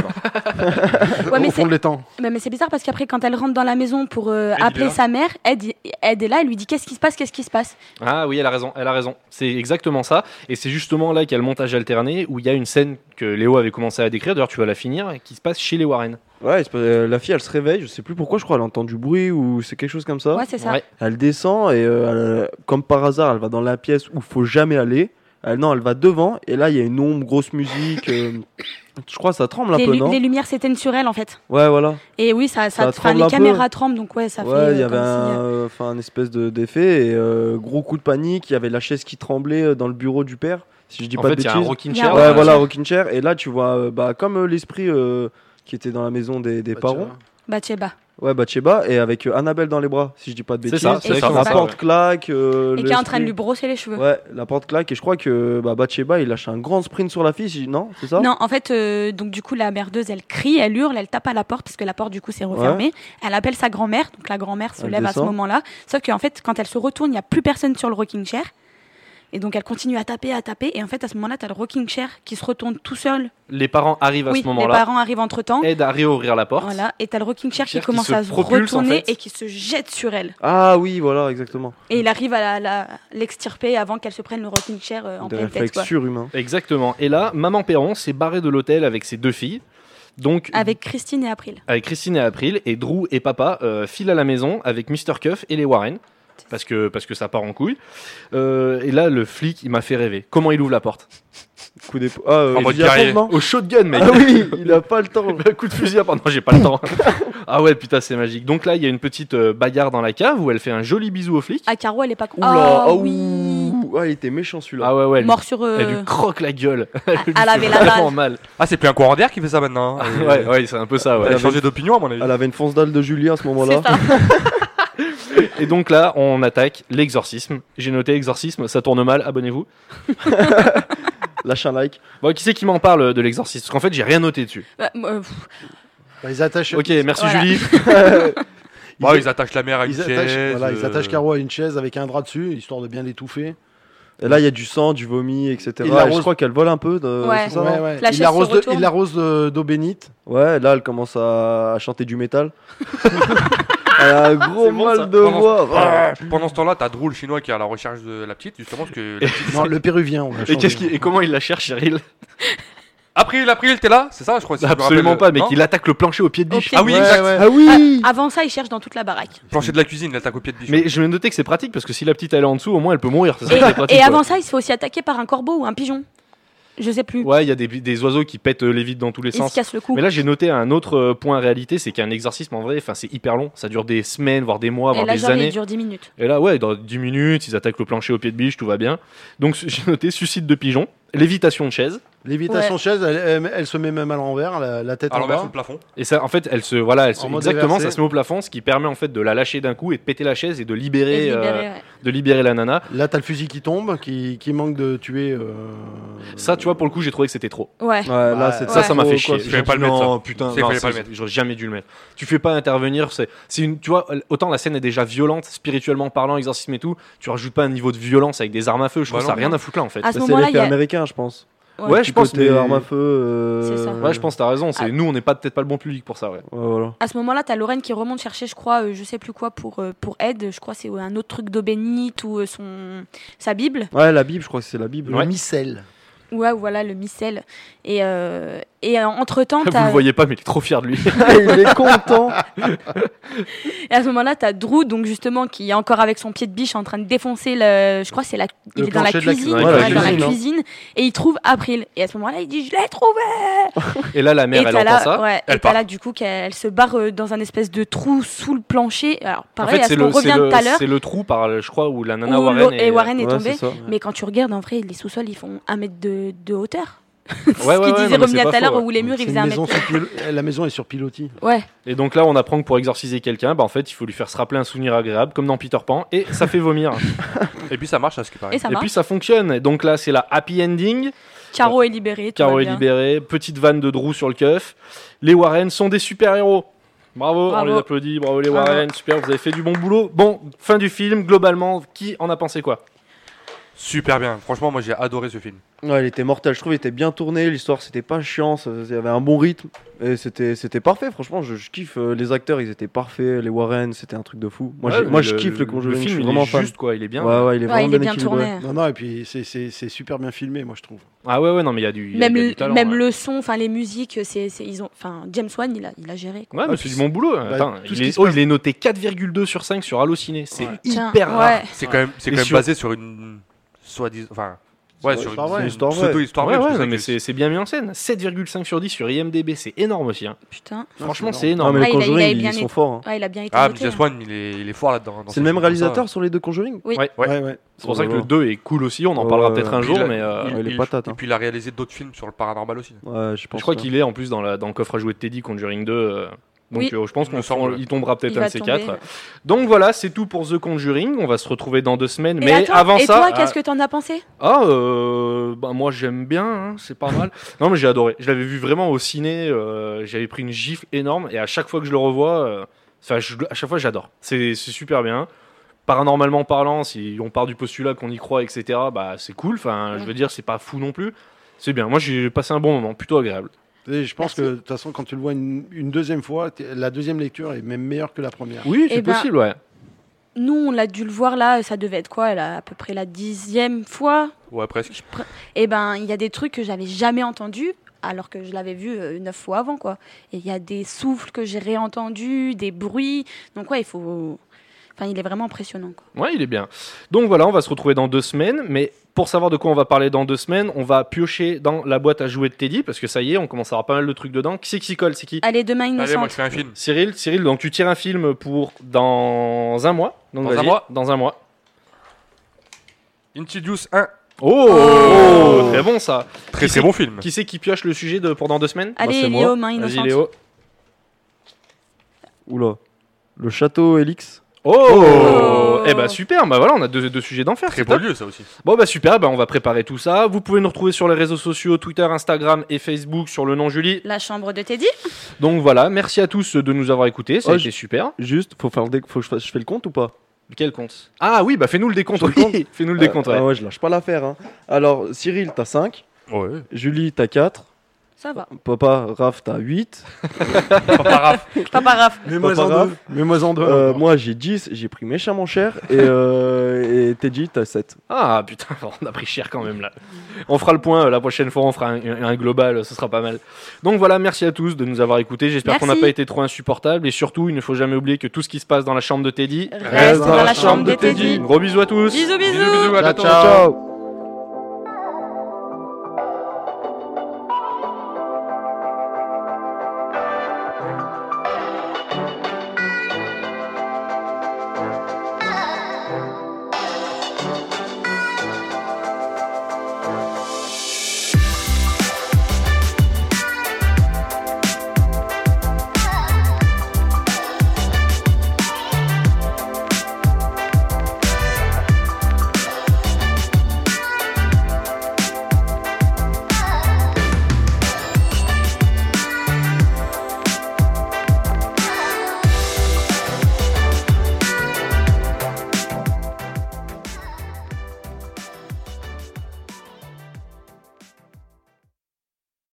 E: non.
B: Ouais, mais
F: au fond
B: c'est-
F: de l'étang.
B: Mais, mais c'est bizarre parce qu'après, quand elle rentre dans la maison pour euh,
E: il est
B: appeler
E: là.
B: sa mère, Ed, il- Ed est là, elle lui dit Qu'est-ce qui se passe Qu'est-ce qui se passe
A: Ah oui, elle a raison, elle a raison. C'est exactement ça. Et c'est justement là qu'il y a le montage alterné où il y a une scène que Léo avait commencé à décrire, d'ailleurs tu vas la finir, et qui se passe chez les Warren.
D: Ouais, il se passe- euh, la fille, elle se réveille, je sais plus pourquoi, je crois, elle entend du bruit ou c'est quelque chose comme ça.
B: Ouais, c'est ça.
A: Ouais.
D: Elle descend et euh, elle- comme par hasard, elle va dans la pièce où faut jamais aller. Elle, non, elle va devant et là il y a une ombre, grosse musique. euh, je crois que ça tremble un
B: Les,
D: peu,
B: lu-
D: non
B: les lumières s'éteignent sur elle, en fait.
D: Ouais, voilà.
B: Et oui, ça,
D: Ça
B: ça, enfin,
D: tremble un
B: les
D: peu.
B: caméras tremblent, donc ouais, ça fait.
D: ouais, il y
B: euh,
D: avait
B: comme si, euh,
D: un, euh, enfin, un espèce de- d'effet et euh, gros coup de panique. Il y avait la chaise qui tremblait euh, dans le bureau du père, si je dis
A: En
D: pas
A: fait,
D: de
A: il y a
D: bêtises.
A: un rocking
B: Il y a un
A: chair.
D: ouais,
B: rocking
D: voilà,
B: chair.
D: rocking chair. Et là, tu vois, euh, bah, comme euh, l'esprit euh, qui était dans la maison des, des
F: Bah,
D: parents.
B: Bathsheba.
D: Ouais, Bathsheba, et avec euh, Annabelle dans les bras, si je dis pas de
A: C'est
D: bêtises.
A: ça,
B: c'est Et exactement
D: La
B: ça,
D: porte
A: ouais.
D: claque. euh,
B: Et qui est en train de
D: l'esprit-
B: lui brosser les cheveux.
D: Ouais, la porte claque, et je crois que bah, Bathsheba, il lâche un grand sprint sur la fille, si- non C'est ça
B: Non, en fait, euh, donc du coup, la merdeuse, elle crie, elle hurle, elle tape à la porte parce que la porte, du coup, s'est refermée. Elle appelle sa grand-mère, donc la grand-mère se
D: Elle
B: lève à ce
D: descend.
B: moment-là. Sauf qu'en fait, quand elle se retourne, il n'y a plus personne sur le rocking chair. Et donc elle continue à taper, à taper. Et en fait, à ce moment-là, tu as le rocking chair qui se retourne tout seul.
A: Les parents arrivent à
B: oui,
A: ce
B: les
A: moment-là,
B: parents arrivent entre temps.
A: aident à réouvrir la porte.
B: Voilà, et t'as le rocking chair qui
A: Chair qui
B: commence
A: se
B: à se
A: propulse, en
B: retourner
A: fait.
B: et qui se jette sur elle.
D: Ah oui, voilà, exactement.
B: Et il arrive à la- la- l'extirper avant qu'elle se prenne le rocking chair euh, en
D: Des
B: pleine tête.
D: réflexes
B: Quoi.
D: surhumains.
A: Exactement. Et là, maman Perron s'est barrée de l'hôtel avec ses deux filles. Donc,
B: Avec Christine et April.
A: avec Christine et April, et Drew et papa euh, filent à la maison avec Mr. Cuff et les Warren. Parce que, parce que ça part en couille. Euh, et là, le flic, il m'a fait rêver. Comment il ouvre la porte
D: Coup d'épaule. Ah, euh,
E: En mode
D: fusil à pompe,
E: guerrier.
D: non
A: Au shotgun, mec
D: Ah oui, il a pas le temps.
A: Coup de fusil à pompe. Non, j'ai pas le temps. ah ouais, putain, c'est magique. Donc là, il y a une petite euh, bagarre dans la cave où elle fait un joli bisou au flic.
B: Ah, Caro, elle est pas con.
D: Oula,
B: oh,
D: ah
B: oui.
D: ouh, ah, il était méchant celui-là.
A: Ah ouais, ouais. Elle, lui-
B: Mort sur. euh,
A: elle lui croque la gueule.
B: Ah, elle avait la
A: Vraiment
B: dalle.
A: mal.
E: Ah, c'est plus un courant d'air qui fait ça maintenant.
F: Ah.
E: hein. Euh,
A: Ouais, ouais, c'est un peu ça, ouais.
E: Elle a changé d'opinion à mon avis.
D: Elle avait une fonce dalle de Julien à ce moment-là.
B: C'est ça.
A: Et donc là, on attaque l'exorcisme. J'ai noté exorcisme, ça tourne mal, abonnez-vous.
D: Lâche un like.
A: Bon, qui c'est qui m'en parle euh, de l'exorcisme Parce qu'en fait, j'ai rien noté dessus.
B: Bah, euh, pff,
F: Bah, ils attachent.
A: Ok, merci
B: Voilà.
A: Julie.
E: Bah, ils attachent la mère à une
F: Ils
E: chaise.
F: attachent, voilà, ils
E: euh,
F: attachent Caro à une chaise avec un drap dessus, histoire de bien l'étouffer.
D: Et là, il y a du sang, du vomi, etc.
F: Il
D: Et
F: l'arrose.
D: je crois qu'elle vole un peu. de-
B: Ouais.
D: c'est ça, non
B: La chaise
F: Il l'arrose
B: se
F: de-
B: retourne.
F: il l'arrose de- d'eau bénite.
D: Ouais, là, elle commence à, à chanter du métal. elle a un gros
A: C'est bon,
D: mal
A: ça.
D: de
E: Pendant-
D: voix.
E: Ah, Pendant ce temps-là, t'as Drew le chinois qui est à la recherche de la petite, justement, parce que. la petite-
F: Non, le péruvien. on va
A: Et,
F: changer.
A: qu'est-ce qui- et comment il la cherche, Cyril
E: April, April, t'es là C'est ça, je crois. si je me
A: Absolument
E: rappelle.
A: pas, mais
E: Non
A: qu'il attaque le plancher au pied de
B: Au
A: biche.
B: pied de
E: Ah oui,
B: biche.
E: exact.
D: Ah oui
B: Avant ça, il cherche dans toute la baraque.
E: Plancher de la cuisine, l'attaque au pied de biche.
A: Mais je vais noter que c'est pratique parce que si la petite elle est en dessous, au moins elle peut mourir. C'est ça
B: Et,
A: qui est pratique,
B: et
A: quoi.
B: avant ça, il se fait aussi attaquer par un corbeau ou un pigeon. Je sais plus.
A: Ouais, il y a des, des oiseaux qui pètent euh, les vides dans tous les
B: il se
A: sens.
B: casse le cou.
A: Mais là, j'ai noté un autre euh, point à réalité c'est qu'un exorcisme en vrai, enfin, c'est hyper long. Ça dure des semaines, voire des mois,
B: et
A: voire
B: là,
A: des
B: genre, il
A: années.
B: dure 10 minutes.
A: Et là, ouais, dans 10 minutes, ils attaquent le plancher au pied de biche, tout va bien. Donc, j'ai noté suicide de pigeon, lévitation de chaise.
F: Lévitation
B: Ouais.
F: chaise, elle, elle- elle se met même à l'envers, la, la tête
E: à
F: en
E: l'envers sur
F: bas.
E: le plafond.
A: Et ça, en fait, elle se, voilà, elle se-
F: En mode
A: exactement,
F: inversé.
A: ça se met au plafond, ce qui permet en fait de la lâcher d'un coup et de péter la chaise et de
B: Et
A: libérer,
B: libéré,
A: euh,
B: ouais.
A: de libérer la nana.
F: Là, t'as le fusil qui tombe, qui, qui manque de tuer. euh,
A: Ça, tu vois, pour le coup, j'ai trouvé que c'était trop.
B: Ouais.
D: Ouais, là, c'est
A: Ça, ça m'a
D: trop,
A: fait
D: quoi,
A: chier.
D: c'est-
E: Je fallait pas le mettre,
A: Non, putain,
E: C'est qu'il
A: non,
E: fallait pas le
A: c'est-
E: mettre.
A: j'aurais jamais dû le mettre. Tu fais pas intervenir. C'est, c'est une, tu vois, autant la scène est déjà violente, spirituellement parlant, exorcisme et tout. Tu rajoutes pas un niveau de violence avec des armes à feu. Je
E: Bah
A: trouve ça
E: non,
A: rien à foutre là, en fait.
B: À ce
D: Bah, C'est
B: moment-là, il
D: l'effet
B: y a.
D: américain, je pense.
B: ouais,
A: ouais, je pense.
D: Côté
A: mais-
D: arme à feu. euh,
B: C'est ça.
A: Ouais, je pense. T'as raison. C'est
B: Ah.
A: nous, on n'est pas peut-être pas le bon public pour ça. Ouais.
D: Ouais, voilà.
B: À ce moment-là, t'as Lorraine qui remonte chercher, je crois, euh, je sais plus quoi, pour, euh, pour aide. Je crois c'est euh, un autre truc d'eau bénite ou euh, son, sa Bible.
D: Ouais, la Bible, je crois que c'est la Bible.
F: Le micelle.
B: Ouais, voilà, le missel. Et, euh, et euh, entre-temps,
A: Vous le
B: t'as-
A: voyez pas, mais il est trop fier de lui.
D: il est content.
B: et à ce moment-là, t'as Drew, donc justement, qui est encore avec son pied de biche en train de défoncer le. Je crois c'est la. Il
F: Le
B: est dans la
F: plancher de la
B: cuisine,
A: cu-
B: ouais,
A: ouais, la
B: dans la
D: cuisine, hein.
B: cuisine, et il trouve April. Et à ce moment-là, il dit Je l'ai trouvé
A: Et là, la mère,
B: Et
A: elle
B: t'as
A: entend
B: là,
A: ça.
B: ouais,
E: elle
B: et t'as
E: part.
B: là, du coup, qu'elle elle se barre euh, dans un espèce de trou sous le plancher. Alors,
A: En
B: pareil,
A: fait,
B: à ce
A: c'est
B: qu'on
A: le, c'est
B: revient
A: le-
B: tout à l'heure.
A: c'est le trou par, le- je crois, où la nana
B: où l'eau-
A: Warren
B: et Warren est
D: Ouais,
B: tombé.
D: c'est ça.
B: Mais quand tu regardes, en vrai, les sous-sols, ils font un mètre de, de hauteur.
A: Ouais, ouais,
B: Ce
A: ouais,
B: qu'il
A: non,
B: disait
A: mais
B: Romney
A: c'est pas
B: tout à l'heure,
A: faux, ouais.
B: où les murs,
F: C'est
B: ils
F: une
B: faisaient un mètre.
F: maison sur pil- La maison est sur pilotis.
B: Ouais,
A: Et donc là, on apprend que pour exorciser quelqu'un, bah, en fait, il faut lui faire se rappeler un souvenir agréable, comme dans Peter Pan, et ça fait vomir.
E: Et puis ça marche à ce qui paraît.
B: et ça hein.
A: et
B: marche.
A: puis ça fonctionne. Et donc là, c'est la happy ending.
B: Caro est libérée. tout
A: Caro
B: va
A: est
B: Bah, bien.
A: libérée, petite vanne de Drew sur le keuf. Les Warren sont des super-héros. Bravo,
B: Bravo.
A: on les applaudit, bravo les
B: Bravo.
A: Warren, super, vous avez fait du bon boulot. Bon, fin du film, globalement, qui en a pensé quoi
E: Super bien. Franchement, moi j'ai adoré ce film.
D: Ouais, il était mortel. Je trouve il était bien tourné. L'histoire, c'était pas chiant. ça- Il y avait un bon rythme. Et c'était, c'était parfait. Franchement, je, je kiffe. euh, Les acteurs, ils étaient parfaits. Les Warren, c'était un truc de fou. Moi,
A: Ouais,
D: j'ai- moi
A: le-
D: je kiffe le conjuring.
A: Le
D: je
A: film,
D: suis
A: il
D: vraiment
A: est
D: fan.
A: juste quoi, il est bien.
D: Ouais, ouais, il est
B: Ouais,
D: vraiment
B: il est bien
D: équilibré.
B: tourné.
F: Non, non, et puis c'est- c'est c'est super bien filmé, moi je trouve.
A: Ah ouais, ouais, non, mais il y a du, il y a-
B: Même,
A: il y a
B: le,
A: du talent.
B: même
A: ouais.
B: le son, enfin les musiques, c'est, c'est- ils ont, enfin James Wan, il a, il a géré. quoi.
A: Ouais, mais
F: Ah,
A: c'est
F: puis
A: du bon boulot.
F: bah,
A: Attends,
F: tout ce
A: il,
F: qui
A: est,
F: se
A: oh,
F: passe-
A: il est noté 4,2 sur 5 sur Allociné. C'est
F: Ouais.
A: hyper
B: Tiens,
A: rare.
B: ouais.
E: C'est quand même, c'est
A: Et
E: quand même
A: sur-
E: basé sur une soi-disant, enfin, ouais,
F: C'est
E: sur une,
F: pas vrai.
E: une
F: C'est
D: histoire vraie.
E: pseudo-histoire.
A: Ouais,
E: vraie,
A: ouais,
E: parce que
A: non, mais
E: c'est-
A: c'est c'est bien mis en scène. 7,5 sur 10 sur IMDB, c'est énorme aussi. hein.
B: Putain,
A: Franchement,
F: c'est
A: c'est
D: Non,
A: énorme.
B: Ah, il
D: mais les
B: a- il
D: Conjuring,
B: a
D: ils
B: bien
D: sont
B: été-
D: forts. hein.
B: ouais, il a bien été
E: Ah, mais
B: noté.
E: James Wan, il est, il est fort là-dedans. dans
D: C'est le
E: ce
D: même
E: film,
D: réalisateur
E: ça.
D: sur les deux Conjuring
F: Ouais, ouais.
A: C'est pour ça que
D: Oh là
A: le 2 est cool aussi, on en
D: Ouais,
A: parlera
D: ouais,
A: peut-être un
E: Puis
A: jour,
E: il a-
A: mais. euh,
D: il-
E: il-
D: les
E: il-
D: patates, hein.
E: Et puis il a réalisé d'autres films sur le paranormal aussi.
D: Ouais, je pense.
A: Je crois
D: ouais.
A: qu'il est en plus dans, la, dans le coffre à jouer de Teddy Conjuring 2. euh, donc
B: Oui.
A: euh, je pense
E: Il me
A: qu'on
E: semble.
A: il tombera peut-être
B: Il
A: un
B: va
A: de ces
B: tomber.
A: quatre. Donc voilà, c'est tout pour The Conjuring. On va se retrouver dans deux semaines.
B: Et
A: mais
B: attends,
A: avant
B: et
A: ça, hein.
B: toi, qu'est-ce que t'en as pensé
A: ah, euh, bah, moi j'aime bien, hein, c'est pas mal. Non mais j'ai adoré. Je l'avais vu vraiment au ciné. euh, J'avais pris une gifle énorme et à chaque fois que je le revois, euh, enfin, je- à chaque fois j'adore. C'est c'est super bien. paranormalement parlant, si on part du postulat qu'on y croit, etc., bah, c'est cool. Enfin, je veux dire, c'est pas fou non plus. C'est bien. Moi, j'ai passé un bon moment, plutôt agréable.
F: Et je pense que de toute façon, quand tu le vois une, une deuxième fois, t'es- la deuxième lecture est même meilleure que la première.
A: Oui,
B: Eh
A: c'est
B: ben-
A: possible, ouais.
B: Nous, on l'a dû le voir là, ça devait être quoi là, À peu près la dixième fois.
E: Ouais, presque.
B: Et ben, il y a des trucs que j'avais jamais entendus, alors que je l'avais vu euh, neuf fois avant, quoi. Et il y a des souffles que j'ai réentendus, des bruits. Donc, ouais, il faut. Enfin, il est vraiment impressionnant, quoi.
A: Ouais, il est bien. Donc voilà, on va se retrouver dans deux semaines. Mais pour savoir de quoi on va parler dans deux semaines, on va piocher dans la boîte à jouer de Teddy, parce que ça y est, on commence à avoir pas mal de trucs dedans. Qui c'est qui s'y colle C'est qui
B: Allez, demain
E: Allez, moi
B: innocente.
E: je fais un film.
A: Cyril, Cyril, donc tu tires un film pour dans un mois. Donc,
E: Dans un
A: vas-y,
E: mois.
A: Dans un mois.
E: Insidious 1.
A: Oh, Très bon ça.
E: Très
A: Qui
E: très
A: c'est-
E: bon film.
A: Qui c'est qui pioche le sujet de, pour dans deux semaines
B: Allez,
A: Bah, c'est
B: Léo,
A: moi.
B: main
A: Vas-y,
B: innocente.
A: Léo.
D: Oula. Le château Elix.
A: Oh,
B: Oh.
A: Eh bah super, bah voilà, on a deux, deux sujets d'enfer.
E: Très
A: c'est
E: beau
A: top.
E: lieu ça aussi.
A: Bon bah super, bah on va préparer tout ça. Vous pouvez nous retrouver sur les réseaux sociaux, Twitter, Instagram et Facebook sur le nom Julie.
B: La chambre de Teddy.
A: Donc voilà, merci à tous de nous avoir écoutés, ça a
D: Oh,
A: été super.
D: Juste, faut faire le déc- faut que je, fasse- je fais le compte ou pas
A: Quel compte Ah oui, bah fais-nous le Euh, décompte.
D: Je fais le
A: oui. Fais-nous le décompte.
D: Ah,
A: ouais.
D: ah ouais, je lâche pas l'affaire. Hein. Alors, Cyril, t'as 5.
E: Ouais.
D: Julie, t'as 4.
B: Ça va.
D: Papa, Raph, t'as 8.
E: Papa Raph.
B: Pas grave.
F: Mets-moi
D: Pas
F: en
D: grave.
F: deux. Mets-moi en deux.
D: Euh, moi, j'ai 10. J'ai pris méchamment cher. Et, euh, et Teddy, t'as 7.
A: Ah putain, on a pris cher quand même là. On fera le point euh, la prochaine fois, on fera un, un- un global, euh, ce sera pas mal. Donc voilà, merci à tous de nous avoir écoutés. J'espère qu'on n'a
B: Merci.
A: pas été trop insupportable et surtout, il ne faut jamais oublier que tout ce qui se passe dans la chambre de Teddy.
B: Reste dans la chambre de Teddy.
A: Gros bisous à tous.
B: Bisous, bisous.
E: Bisous bisous
F: Ciao,
E: à bientôt.
F: ciao.
D: Ciao